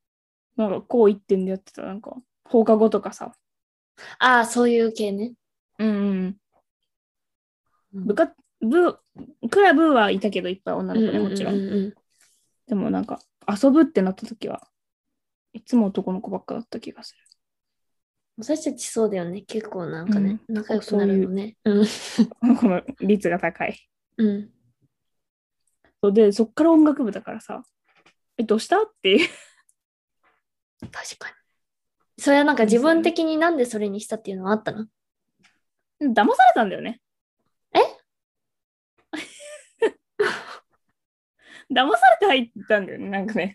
なんか、こう一点でやってた、なんか、放課後とかさ。ああ、そういう系ね。うん、うん。うん部活、部、クラブはいたけど、いっぱい女うのん子ね、もちろ。うんんうんでもなんか、遊ぶってなった時は、いつも男の子ばっかだった気がする。私たちそうだよね。結構なんかね、仲良くなるのね。うん。 [LAUGHS] この率が高い。うん。そうで、そっから音楽部だからさ、え、どうしたっていう。 [LAUGHS] 確かに。それはなんか自分的になんでそれにしたっていうのはあったの騙されたんだよね。え [LAUGHS] 騙されて入ったんだよね、なんかね。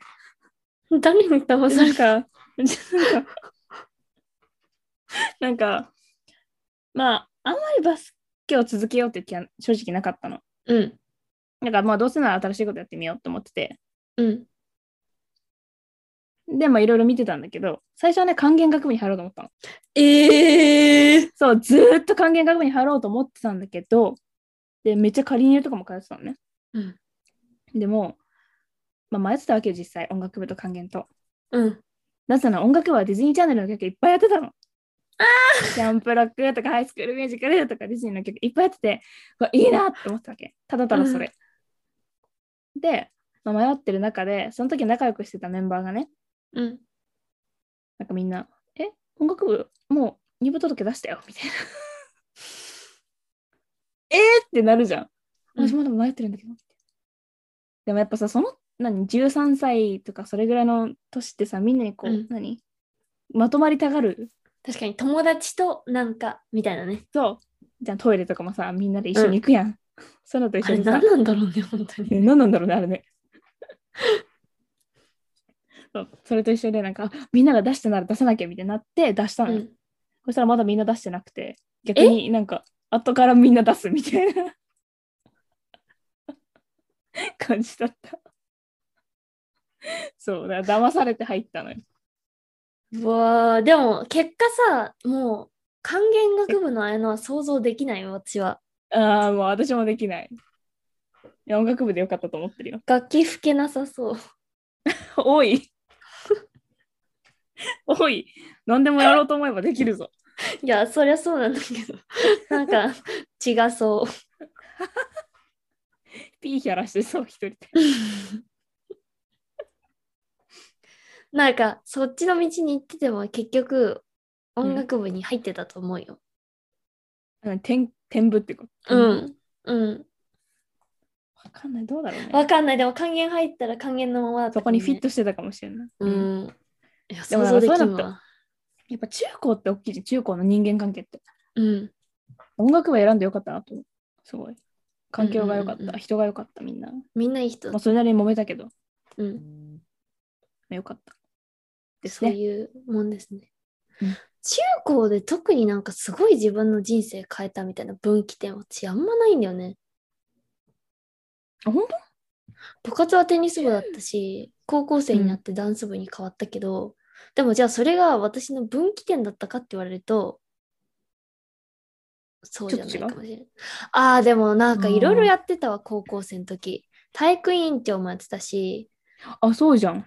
誰に騙さなれんたか、なんか、 [LAUGHS] なんか、まあ、あんまりバスケを続けようって気は正直なかったの。うん。だからまあ、どうせなら新しいことやってみようと思ってて。うん。で、まあ、いろいろ見てたんだけど、最初はね、管弦楽部に入ろうと思ったの。ええそう、ずーっと管弦楽部に入ろうと思ってたんだけど、で、めっちゃカリネとかも通ってたのね。うん。でも、まあ、迷ってたわけよ、実際、音楽部と管弦と。うん。なぜなら音楽部はディズニーチャンネルの曲いっぱいやってたの。キャンプロックとかハイスクールミュージカルとかディズニーの曲いっぱいやってて、うわいいなって思ってたわけ。ただただそれ。で、まあ、迷ってる中で、その時仲良くしてたメンバーがね、うん。なんかみんな、え、音楽部もう入部届出したよみたいな。 [LAUGHS] えーってなるじゃん。うん私もでも迷ってるんだけど。でもやっぱさ、その、何、13歳とかそれぐらいの年ってさ、みんなにこう、うん何まとまりたがる。確かに友達となんかみたいなね。そう。じゃあトイレとかもさ、みんなで一緒に行くやん。そういうのとあ一緒れにさ何。なんだろうね、本当に。ね何なんだろうね、あれね。そうそれと一緒で、なんか、あみんなが出したなら出さなきゃみたいになって出したうのよ。ん、そしたらまだみんな出してなくて、逆になんか、後からみんな出すみたいな [LAUGHS] 感じだった。そう、だから騙されて入ったのよ。うわーでも結果さ、もう管弦学部のあれのは想像できないよ、私は。ああ、もう私もできない。いや音楽部でよかったと思ってるよ。楽器吹けなさそう。多 [LAUGHS] い。多い。何でもやろうと思えばできるぞ。いや、そりゃそうなんだけ [LAUGHS] ど。なんか違そう。ピーヒャラしてそう、一人で。なんかそっちの道に行ってても結局音楽部に入ってたと思うよ。うん天天部ってこと。うわん。うん。かんない。どうだろうわね。かんない。でも還元入ったら還元のままだったそかこもねにフィットしてたかもしれない。ううんん。いや、で想もなんか像できそうるいうのってわ。やっぱ中高って大きいじゃん。中高の人間関係って。うん。音楽部選んでよかったなと思う。すごい。環境が良かっうんうんうんうた。人が良かった、みんな。まみんないい人あ、。それなりに揉めたけど、まうん。あよかった。ですそうね。いうもんですねうん。中高で特になんかすごい自分の人生変えたみたいな分岐点は私あんまないんだよね。あ、本当部活はテニス部だったし、高校生になってダンス部に変わったけど、でもじゃあそれが私の分岐点だったかって言われると、そうじゃないかもしれない。ああ、でもなんかいろいろやってたわ、高校生の時。体育委員長もやってたし、あ、そうじゃん。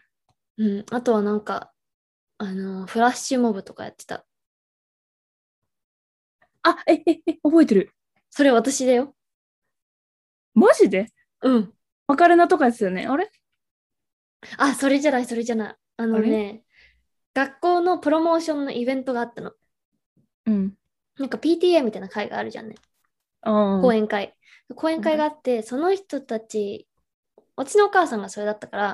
うん、あとはなんか、あの、フラッシュモブとかやってた。あ、え、え、え、覚えてる。それ私だよ。マジでうん。マカレナとかですよね。あれあ、それじゃない、それじゃない。あのね、学校のプロモーションのイベントがあったの。うん。なんか PTA みたいな会があるじゃんね。ああ。講演会。講演会があって、その人たち、うちのお母さんがそれだったから、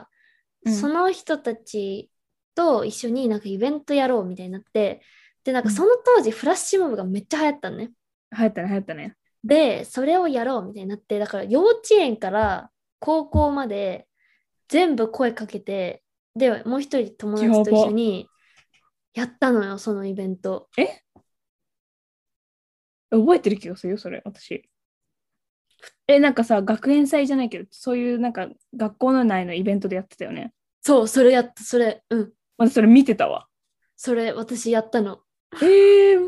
うんその人たちと一緒になんかイベントやろうみたいになって、で、なんかうんその当時、フラッシュモブがめっちゃ流行ったのね。流行ったね、流行ったね。で、それをやろうみたいになって、だから幼稚園から高校まで全部声かけて、で、もう一人友達と一緒にやったのよ、そのイベント。覚えてる気がするよ、それ、私。え、なんかさ、学園祭じゃないけど、そういうなんか学校の内のイベントでやってたよね。そう、それやった、それ、うん、私それ見てたわ。それ私やったの。ええ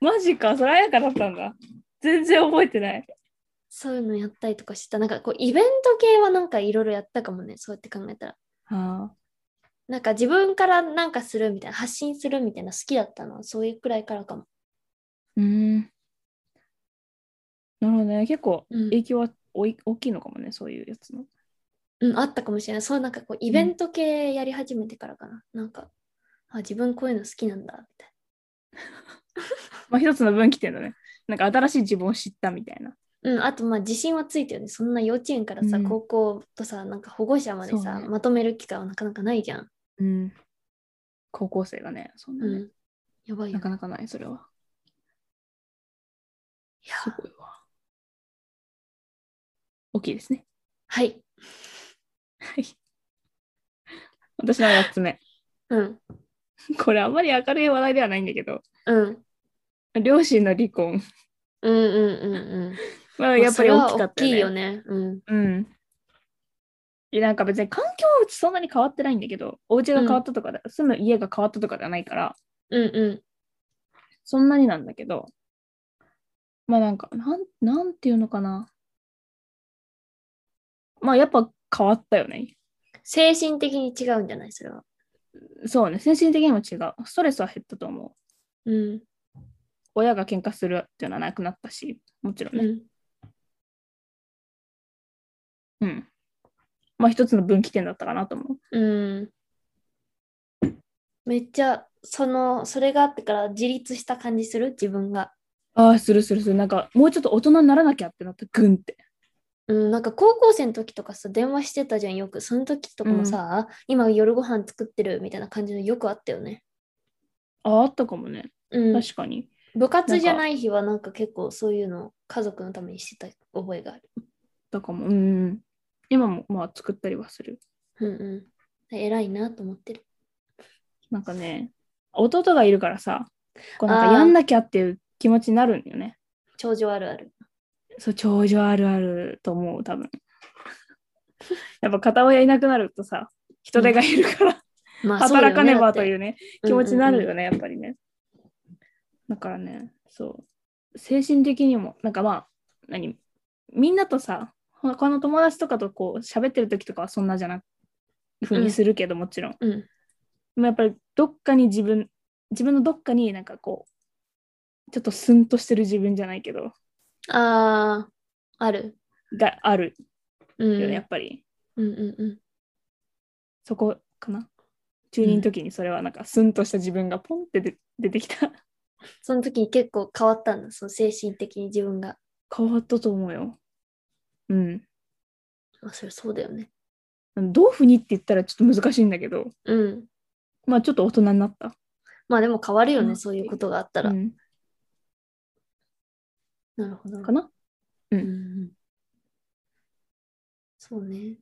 マジか、それやかだったんだ。全然覚えてない。そういうのやったりとかしてた。なんかこう、イベント系はなんかいろいろやったかもね、そうやって考えたら。あなんか自分からなんかするみたいな、発信するみたいな好きだったのは、そういうくらいからかも。うん。なるほどね。結構うん影響はおい大きいのかもね、そういうやつの。うん、あったかもしれない。そう、なんかこう、イベント系やり始めてからかな。なんか、あ、自分こういうの好きなんだ、みたいまあ、一つの分岐点だね。なんか新しい自分を知ったみたいな。な。うん、あと、まあ、自信はついたよね。そんな幼稚園からさ、うん高校とさ、なんか保護者までそさ、うねまとめる機会はなかなかないじゃん。うん。高校生がね、そんなうね、ん。やばいよな。かなかない、それは。いや、すごいわ。大きいですね。はい。はい。私の4つ目。 [LAUGHS] うん。これあんまり明るい話題ではないんだけど、うん。両親の離婚。うんうんうんうん。ま [LAUGHS] あ、やっぱり大きかったまあそれは大きいよよね。ね。うん。うん。でなんか別に環境はうちそんなに変わってないんだけど、お家が変わったとかで、住む家が変わったとかではないから、うんうそんなになんだけど、まあなんか、なんなんていうのかな。まあやっぱ変わったよね。ん。精神的に違うんじゃないそれは。そうね、精神的にも違う。ストレスは減ったと思う。うん。親が喧嘩するっていうのはなくなったし、もちろんうん。ね。うん。まあ一つの分岐点だったかなと思う。うん。めっちゃ、その、それがあってから自立した感じする自分が。ああ、するするする。なんか、もうちょっと大人にならなきゃってなった、ぐんって。うん、なんか高校生の時とかさ、電話してたじゃん、よく。その時とかもさ、今夜ご飯作ってるみたいな感じのよくあったよね。ああ、あったかもね。うん。確かに。部活じゃない日はなんか結構そういうの家族のためにしてた覚えがある。だかも。うん。今も、まあ、作ったりはする。うんうん。偉いなと思ってる。なんかね、弟がいるからさ、こうなんあーかやんなきゃっていう気持ちになるんよね。頂上あるある。そう、長女あるあると思う、多分。 [LAUGHS] やっぱ片親いなくなるとさ、人手がいるから、まあ、働かねそばうとだよねいうね、気持ちになるよね。ね、やっぱりね。だからね、そう。精神的にも、なんかまあ、何みんなとさ、他の友達とかとこう喋ってる時とかはそんなじゃなくふうにするけど、もちろん。うんうんうんでもやっぱりどっかに自分、自分のどっかになんかこう、ちょっとスンとしてる自分じゃないけど、うんああ、ある。があるうん。よね、やっぱり。うんうんうん。そこかな。中二の時にそれはなんかスンとした自分がポンって出出てきた。その時に結構変わったんだ、その精神的に自分が。変わったと思うよ。うん。まあ、それそうだよね。どうふにって言ったらちょっと難しいんだけど、うん。まあちょっと大人になった。まあでも変わるようね、んそういうことがあったら。うんなるほど。かなうんうん。そうね。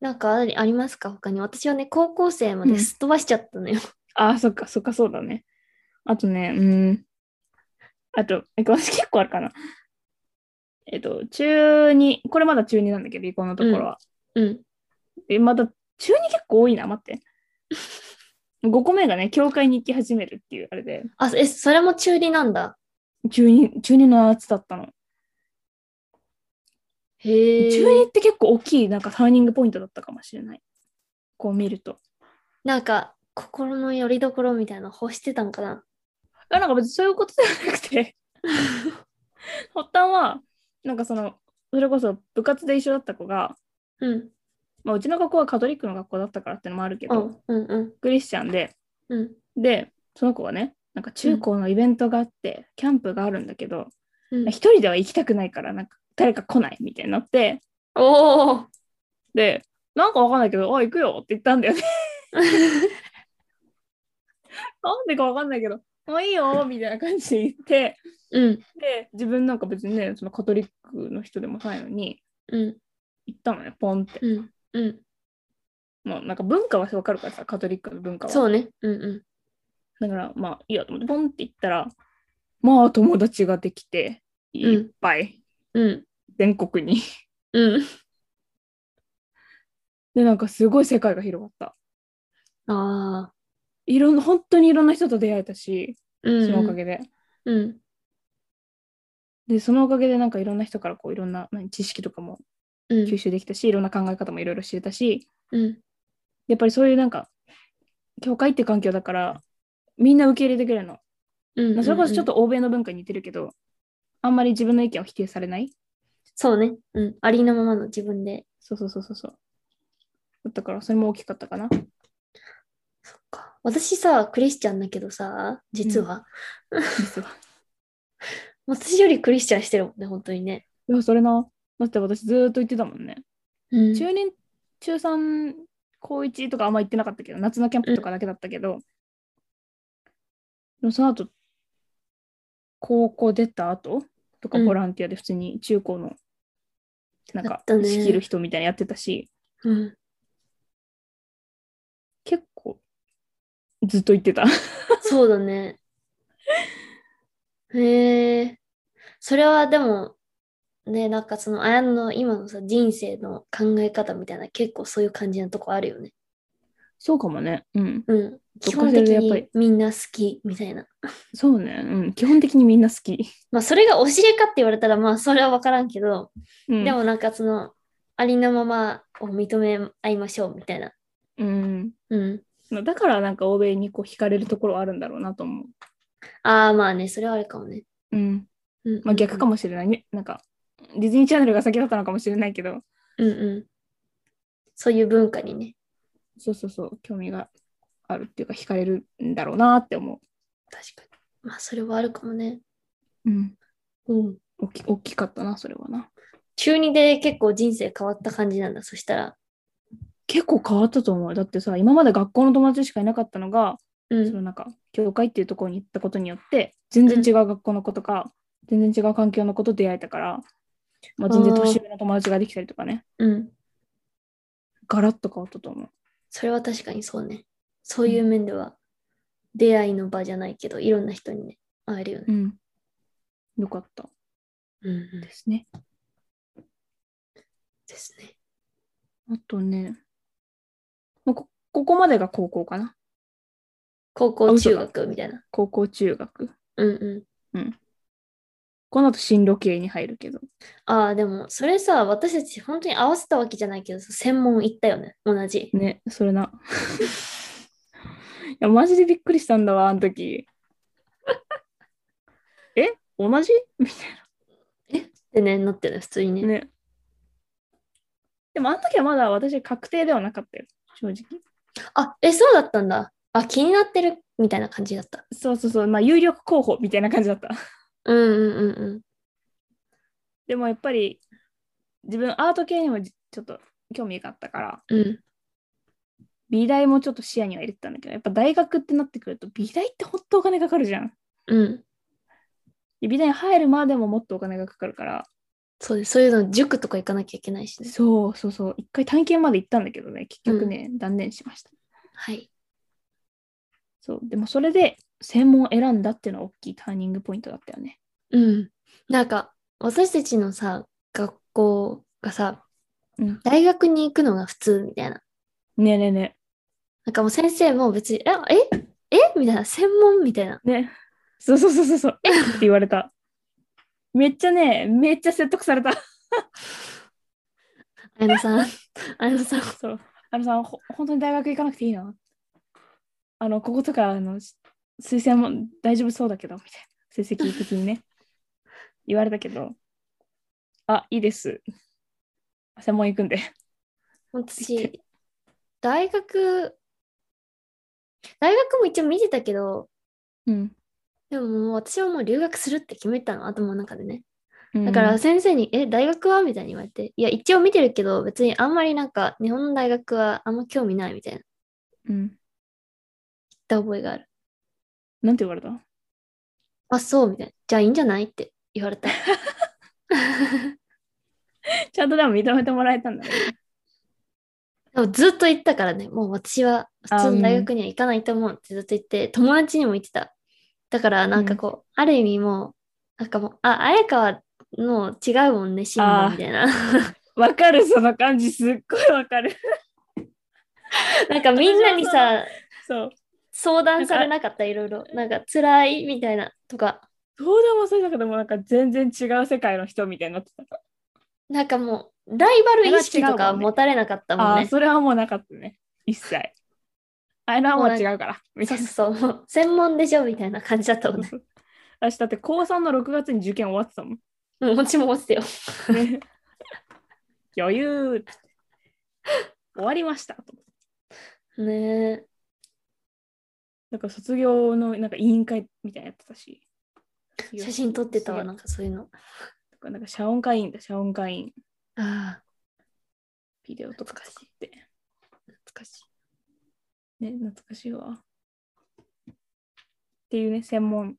なんかありありますか他に。私はね、高校生まですっ飛ばしちゃったのよ。ああ、そっか、そっか、そうだね。あとね、うん。あと、え私結構あるかな。えっと、中2、これまだ中2なんだけど、離婚のところは。うん。え、まだ中2結構多いな、待 [LAUGHS] って。5個目がね、教会に行き始めるっていうあれで、あ、え、それも中理なんだ。中2、中2の夏だったの。へえ。中2って結構大きい、なんかターニングポイントだったかもしれない。こう見ると。なんか、心の拠り所みたいなの欲してたんかな。あなんか別にそういうことじゃなく [LAUGHS] て発端はなんかそのそれこそ部活で一緒だった子が、うん。まあ、うちの学校はカトリックの学校だったからってのもあるけうど、ん。うん。うん。クリスチャンでうん。でその子はねなんか中高のイベントがあって、キャンプがあるんだけどうん、一人では行きたくないからなんか誰か来ないみたいになっておお。でなんかわかんないけど「あ行くよ」って言ったんだよね [LAUGHS] なんでかわかんないけど「もういいよ」みたいな感じで言って [LAUGHS] うん。で自分なんか別にねそのカトリックの人でもないのにうん。行ったのねポンって、うん。うん。もうなんか文化は分かるからさカトリックの文化はそうね。うん。だからまあいいやと思ってポンって行ったらまあ友達ができていっぱい、うん。うん。全国に [LAUGHS] うん。でなんかすごい世界が広がったああ。いろんな本当にいろんな人と出会えたしうそん。のおか。げで、うん。でそのおかげでなんかいろんな人からこういろんな何知識とかもう吸ん。収できたし、いろんな考え方もいろいろ知れたし、うん。やっぱりそういうなんか教会って環境だからみんな受け入れてくれるの、うん。まあそれこそちょっ。と欧米の文化に似てるけどあんまり自分の意見を否定されないそうね。うん。ありのままの自分で。そうそうそうそうそうだからそれも大きかった [LAUGHS] かなそっか。私さ、クリスチャンだけどさ、実は。実は私よりクリスチャンしてるもんね、本当にね。いやそれなだって私ずーっと言ってたもんね、うん。中年中3高1とかあんま行ってなかったけど夏のキャンプとかだけだったけど、でもその後高校出た後とかうんボランティアで普通に中高のなんやかったね仕切る人みたいなのやってたし、うん。結構ずっと言ってた。 [LAUGHS] そうだね。へえ。それはでも、ね、なんかその、あやの今のさ、人生の考え方みたいな、結構そういう感じなとこあるよね。そうかもね。うん。うん。どっ基か本しら的でやっぱりにみんな好きみたいな。そうね。うん。基本的にみんな好き。まあ、それが教えかって言われたら、まあ、それは分からんけど、うん、でもなんかその、ありのままを認め合いましょうみたいな。うん。うん。まあだからなんか欧米にこう惹かれるところはあるんだろうなと思う。ああ、まあね、それはあるかもね。うん。うん、まあ逆かも。もしれないね。なんか、ディズニーチャンネルが先だったのかもしれないけど、うんうん。そういう文化にね、そうそうそう、興味があるっていうか、惹かれるんだろうなって思確かに。まあ、それはあるかもね。う。うん。うん。大き大きかったな、それはな。中2で結構人生変わった感じなんだ、そしたら。結構変わったと思う。だってさ、今まで学校の友達しかいなかったのが、うそのん。なんか教会っていうところに行ったことによって全然違う学校の子とか、全然違う環境の子と出会えたから、まあ、全然あー年上の友達ができたりとかねうん。ガラッと変わったと思うそれは確かにそうね。そういう面では、出会いの場じゃないけど、いろんな人にね、会えるよね。うんよかったうん、でですねすね。あとね、まあ、こここまでが高校かな高あ校、嘘中だ学みたいな。高校中学うんうこの後進路系に入るけどん。ああ、でも、それさ、私たち本当に合わせたわけじゃないけどさ、専門行ったよね、同じ。ねそれな [LAUGHS] いやマジでびっくりしたんだわあの時 [LAUGHS] え同じみたいなでね、なってる、普通にね。ね。でもあの時はまだ私確定ではなかったよ、正直。あ、え、そうだったんだ。あ、気になってるみたいな感じだった。そうそうそう、まあ有力候補みたいな感じだった。うんうんうんうん。でもやっぱり自分アート系にもじちょっと興味があったから、うん、美大もちょっと視野には入れてたんだけど、やっぱ大学ってなってくると美大ってほんとお金かかるじゃん。うん。で美大に入るまでももっとお金がかかるから、そうです。そういうの、塾とか行かなきゃいけないしね。そうそうそう、一回探検まで行ったんだけどね、結局ね、断念しました。はい。そう、でもそれで専門を選んだっていうのは大きいターニングポイントだったよね。うん。なんか、私たちのさ、学校がさ、うん大学に行くのが普通みたいな。ねえねえねなんかもう先生も別に、え、え、えみたいな、専門みたいな。え。ねそうそうそうそうそう。えって言われた。めっちゃね、めっちゃ説得された。あやのさん、あやのさん、そう。あのさ、ほ本当に大学行かなくていいな。あの、こことか、あの、し推薦も大丈夫そうだけど、みたいな。成績 [LAUGHS] 的にね。言われたけど、あ、いいです。専門行くんで。私、大学、大学も一応見てたけど、うん。でももう私はもう留学するって決めたの、頭の中でね。だだから、先生に、え、大学はみたいに言われて、いや、一応見てるけど、別にあんまりなんか、日本の大学はあんま興味ないみたいな、言うん。った覚えがある。なんて言われたあ、そう、みたいな。じゃあいいんじゃないって言われた。ちゃんとでも認めてもらえたんだね。でもずっと言ったからね、もう私は普通の大学には行かないと思うってずっと言って、友達にも言ってた。だからなんかこう、ある意味もう、なんかもう、あ、綾香の違うもんね、進路みたいな。 [LAUGHS] わかる、その感じ、すっごいわかる。なんかみんなにさ、そう。相談されなかった、いろいろ。なんか辛いみたいなとか、どうでもそうだけども、なんか全然違う世界の人みたいになってた。なんかもう、ライバル意識とそれはか違うもんね持たれなかったもあんあ、ね。それはもうなかったね。一切。あれはもう違うから。みたそういな。そうそう、もう専門でしょみたいな感じだったもん [LAUGHS] ね。私だって高3の6月に受験終わってたもん。 [LAUGHS] うん、もちも落ちてよ。ね余裕終わりましたと。ねえ。なんか卒業のなんか委員会みたいなのやってたし。写真撮ってたわ、ななんんかそういうの。か。なんか謝恩会員だ、謝恩会員。ああ、ビデオとか作って。懐かしい。ね、懐かしいわ。っていうね、専門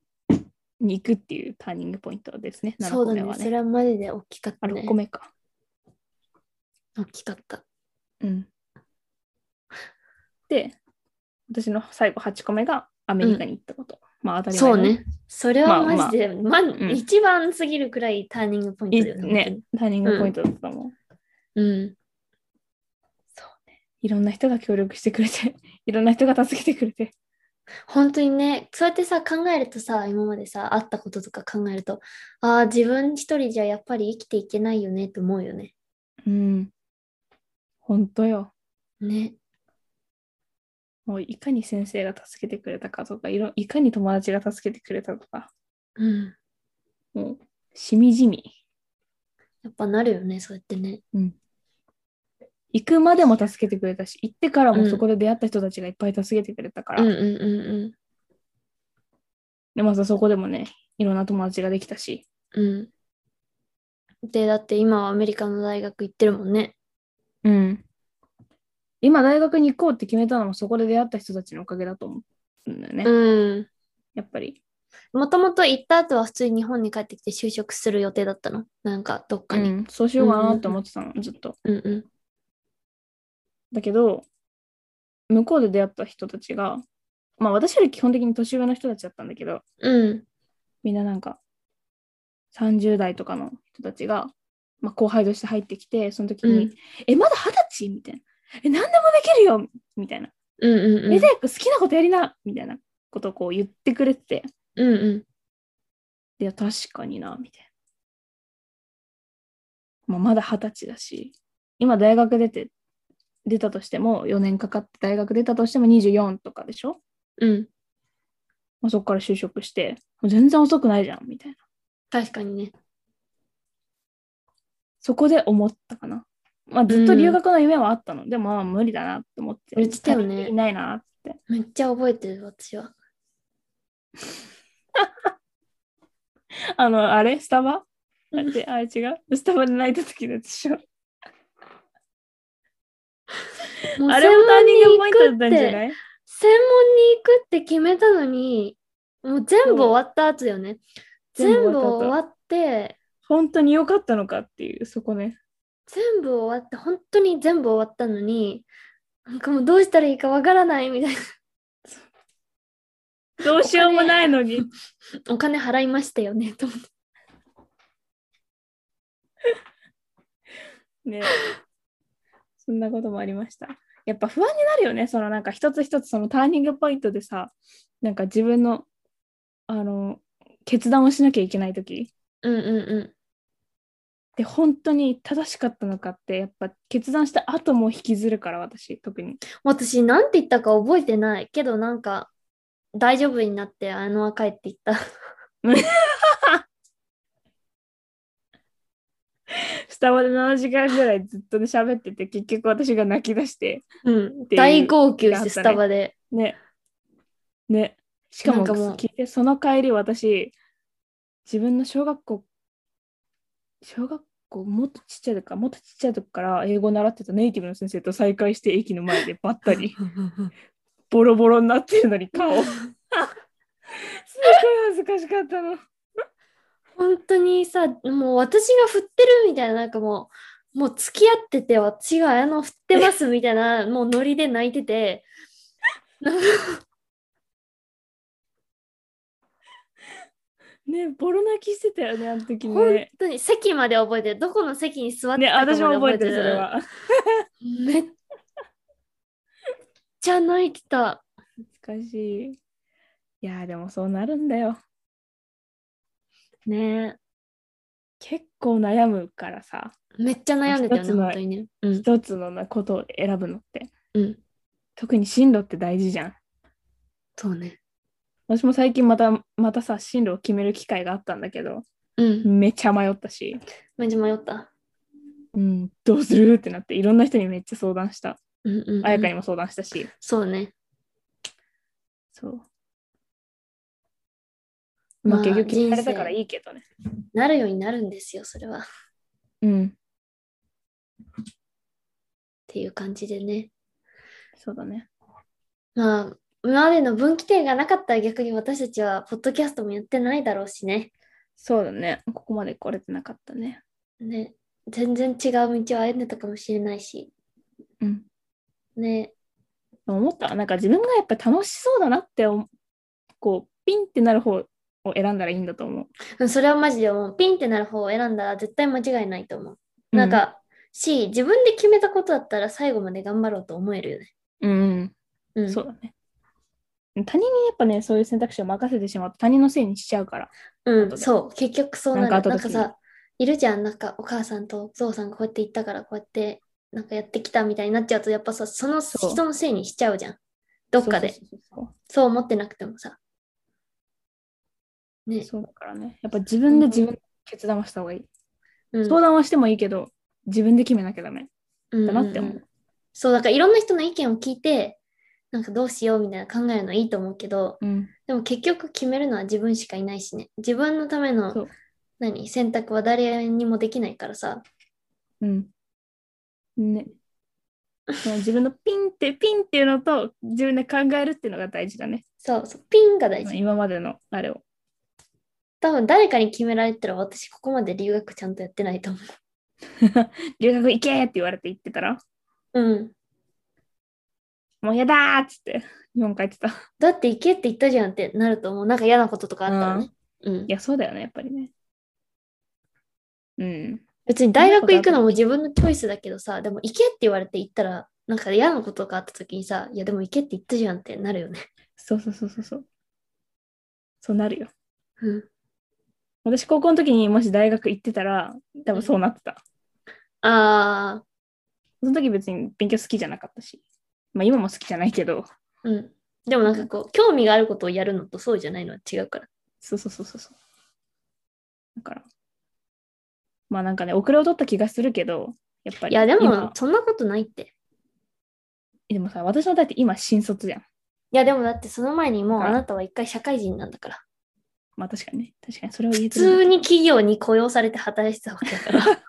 に行くっていうターニングポイントですね。7そう個だ目ねはそね。れはマジで大きかっあ、た、ね。 6個目か。大きかった。うん。で、私の最後8個目がアメリカに行ったこと。まあ当たり前そのう。ね。それはまあマジで、まん一番すぎるくらいターニングポイいントだよね。ね、ターニングポイントだったもん。うん。そうね。いろんな人が協力してくれて、 [LAUGHS] いろんな人が助けてくれて。本当にね、そうやってさ、考えるとさ、今までさ、あったこととか考えると、ああ、自分一人じゃやっぱり生きていけないよねって思うよね。うん。本当よ。ね。もういかに先生が助けてくれたかとか、いろいかに友達が助けてくれたとか、うん。もうしみじみ。やっぱなるよね、そうやってね。行くまでも助けてくれたし、行ってからもそこで出会った人たちがいっぱい助けてくれたから、うんうんうんでまたそこでもね、いろんな友達ができたし、うん。うん。で、だって今はアメリカの大学行ってるもんね。うん。今大学に行こうって決めたのもそこで出会った人たちのおかげだと思うんだよね、うん。やっぱり。もともと行った後は普通に日本に帰ってきて就職する予定だったのなんかどっかに。うんそうしようかなって思ってたの、ずっと。うんうん。だけど、向こうで出会った人たちが、まあ私より基本的に年上の人たちだったんだけど、うん。みんななんか30代とかの人たちが、まあ、後輩として入ってきてその時に「うんえまだ二十歳?」みたいな「え何でもできるよ」みたいなうんうん「うえん早く好きなことやりな」みたいなことをこう言ってくれててうんうん。 「いや確かにな」みたいな、まあ、まだ二十歳だし今大学出て出たとしても4年かかって大学出たとしても24とかでしょ、うん。まあ、そこから就職してもう全然遅くないじゃんみたいな確かにね。そこで思ったかな。まあ、ずっと留学の夢はあったの、でもまあ無理だなって思って。言ってたよね足りていないなって。めっちゃ覚えてる私は。あの、あれスタバうあんれあれ違うスタバで泣いた時のやつでしょ。もうあれもターニングポイントだったんじゃいない専門に行くって決めたのに、もう全部終わった後よね。そ全う部全部終終わわって、本当に良かったのかっていう、そこね。全部終わって、本当に全部終わったのに、なんかもうどうしたらいいかわからないみたいな。どうしようもないのに。お金払いましたよね、と思って。ね。そんなこともありました。やっぱ不安になるよね。そのなんか一つ一つそのターニングポイントでさ、なんか自分の、あの、決断をしなきゃいけないとき。うんうんうん。で、本当に正しかったのかって、やっぱ決断した後も引きずるから、私、特に。私、なんて言ったか覚えてないけど、なんか、大丈夫になって、あのは帰っていった。スタバで7時間ぐらいずっとね、喋ってて、結局私が泣き出して。うん。ていう大号泣して、ねスタバで。ね。ね。しかもなんかもう聞いてその帰り私自分の小学校小学校もっとちっちゃい時からもっとちっちゃい時から英語習ってたネイティブの先生と再会して駅の [LAUGHS] 前でばったりボロボロになってるの [LAUGHS] に顔すごい恥ずかしかったの。本当にさ、もう私が振ってるみたいな、なんかもう、もう付き合ってて、私があの振ってますみたいな、もうノリで泣いてて、なんかねボロ泣きしてたよねあの時本ね。当に席まで覚えてる、どこの席に座ってねたかまで私も覚えてるそれは。めっちゃ泣いてた。懐かしい。いやーでもそうなるんだよ。ね結構悩むからさ。えめっちゃ悩んでたよ一つね、の本当にね。うん。一つのなことを選ぶのってうん。特に進路って大事じゃんそうね。私も最近またまたさ進路を決める機会があったんだけどうん。めっちゃ迷ったし、めっちゃ迷った。うん、どうするってなっていろんな人にめっちゃ相談したうんうん、うん。綾香にも相談したしそうね。そうままああ結局決められた人生からいいけどねなるようになるんですよ、それは。っうんていう感じでね。そうだねまあ、今までの分岐点がなかったら逆に私たちは、ポッドキャストもやってないだろうしね。そうだねここまで来れてなかったねね。全然違う道を歩んでたかもしれないし。うんね。でも思ったなんか自分がやっぱ楽しそうだなって思うこうピンってなる方を選んだらいいんだと思ううんそれはマジでもう、ピンってなる方を選んだら絶対間違いないと思う。なんか、し、自分で決めたことだったら最後まで頑張ろうと思えるよね。うん、うんうん。そうだね。他人にやっぱね、そういう選択肢を任せてしまうと他人のせいにしちゃうから。う後ん、でそう、結局そうなる。ななんんか後々かさ、いるじゃん、なんかお母さんとお父さんがこうやって言ったから、こうやってなんかやってきたみたいになっちゃうと、やっぱさ、そのそう人のせいにしちゃうじゃん。どっかで。そうそうそうそう思ってなくてもさ。ね、そうそうだからね。やっぱ自分で自分の決断をした方がいい。うん相談はしてもいいけど、自分で決めなきゃダメだなって思う。んんんそう、だからいろんな人の意見を聞いて、なんかどうしようみたいな考えるのいいと思うけど、うんでも結局決めるのは自分しかいないしね。自分のためそのう何選択は誰にもできないからさ。うん。ね。その自分のピンってピンっていうのと自分で考えるっていうのが大事だね。そうそう、ピンが大事。今までのあれを。多分誰かに決められたら私ここまで留学ちゃんとやってないと思留学行けって言われて行ってたら、う。うん。もうやだーっつって日本帰ってた。いだって行けって言ったじゃんってなるともうなんか嫌なこととかあったらね。うん、や、そうだよね、やっぱりね。うん。別に大学行くのも自分のチョイスだけどさ、でも行けって言われて行ったら、なんか嫌なことがあった時にさ、いやでも行けって言ったじゃんってなるよね。そうそうそうそうそう。そうなるよ。うん。私、高校の時にもし大学行ってたら、多分そうなってた。あその時別に勉強好きじゃなかったし。まあ今も好きじゃないけど。ー、うん。でもなんかこう、興味があることをやるのとそうじゃないのは違うから。そうそうそうそうそう。だから。まあなんかね、遅れを取った気がするけど、やっぱいり今。やでも、そんなことないって。でもさ、私の代って今新卒じゃん。いやでもだってその前にもうはいあなたは一回社会人なんだから。まあ確かにね。確かにそれを言え普てるんだ通に企業に雇用されて働いてたわけだか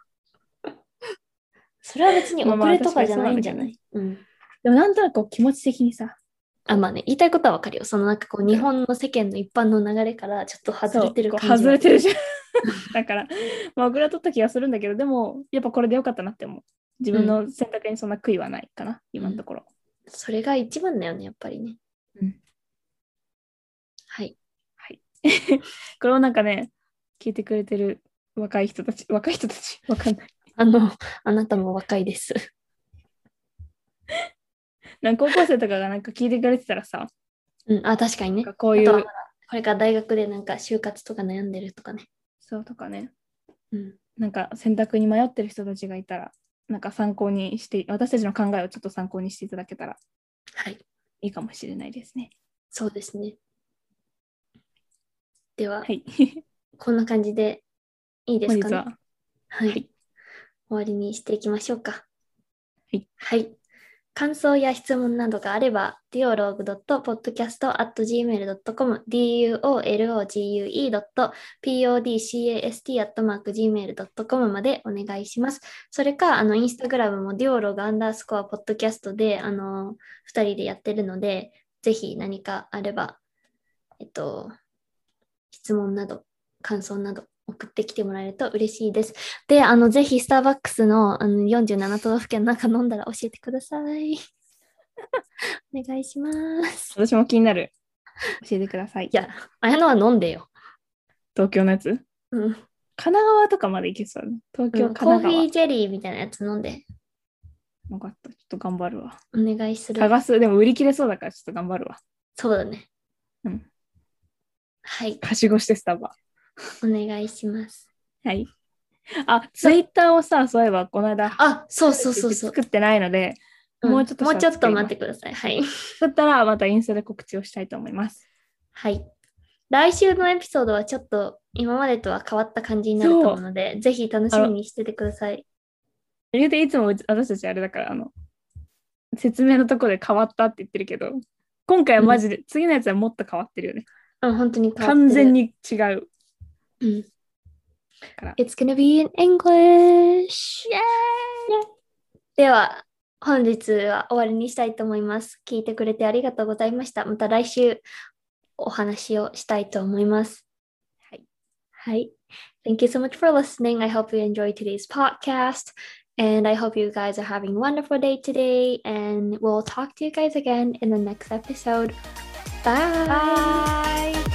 ら。 [LAUGHS] それは別に遅れとかじゃないんじゃない、うん。でもなんとなくこう気持ち的にさ、あ、まあね、言いたいことはわかるよ。そのなんかこう、日本の世間の一般の流れからちょっと外れてるそう感こじうは。外れて [LAUGHS] るじゃん。だから、まあ、遅れは取った気がするんだけど、でも、やっぱこれでよかったなって思う。自分の選択にそんな悔いはないかな、今のところ。 [LAUGHS] それが一番だよね、やっぱりね。うんこれをなんかね、聞いてくれてる若い人たち、若い人たち、 [LAUGHS] わかんない。あの、あなたも若いです。なんか高校生とかがなんか聞いてくれてたらさ、うん、あ、確かになねん。かこうあいとはまうだ、これから大学でなんか就活とか悩んでるとかね。そうとかね、うん。なんか選択に迷ってる人たちがいたら、なんか参考にして、私たちの考えをちょっと参考にしていただけたらはい。いいかもしれないですね。そうですね。では、はい。こんな感じでいいで本す日かね。は、はい、はい終わりにしていきましょうか。はい。感想や質問などがあれば、duologue.podcast.gmail.com、duologue.podcast.gmail.com までお願いします。それか、あの、インスタグラムも duologue アンダースコアポッドキャストで、あの、2人でやってるので、ぜひ何かあれば、えっと、質問など、感想など送ってきてもらえると嬉しいです。で、あの、ぜひスターバックスのあの47都道府県なんか飲んだら教えてくださ [LAUGHS] い。お願いします。私も気になる。教えてください。いや、あやのは飲んでよ。東京のやつうん、神奈川とかまで行けそうだね。東京、うんコー神ヒ奈川。ージェリーみたいなやつ飲んで、分かった。ちょっと頑張るわ。お願いする。探す。でも売り切れそうだからちょっと頑張るわ。そうだね。うん。はい、はしごしてスタバ。お願いします。はい。あ、ツイッターをさ、そういえばこの間、あ、そうそうそうそう。作ってないので、うんもうちょっともしたらうちょっと待ってください。はい。作ったらまたインスタで告知をしたいと思います。はい。来週のエピソードはちょっと今までとは変わった感じになると思うので、ぜひ楽しみにしててください。言うていつもうち私たちあれだから、あの、説明のところで変わったって言ってるけど、今回はマジで、次のやつはもっと変わってるよね。うん、本当に変わってる完全。に違ううん。から。 It's gonna be in English! では、本日は終わりにしたいと思います。聞いてくれてありがとうございました。また来週お話をしたいと思います。はい。はい。Thank you so much for listening. I hope you enjoyed today's podcast. And I hope you guys are having a wonderful day today. And we'll talk to you guys again in the next episode. Bye. Bye.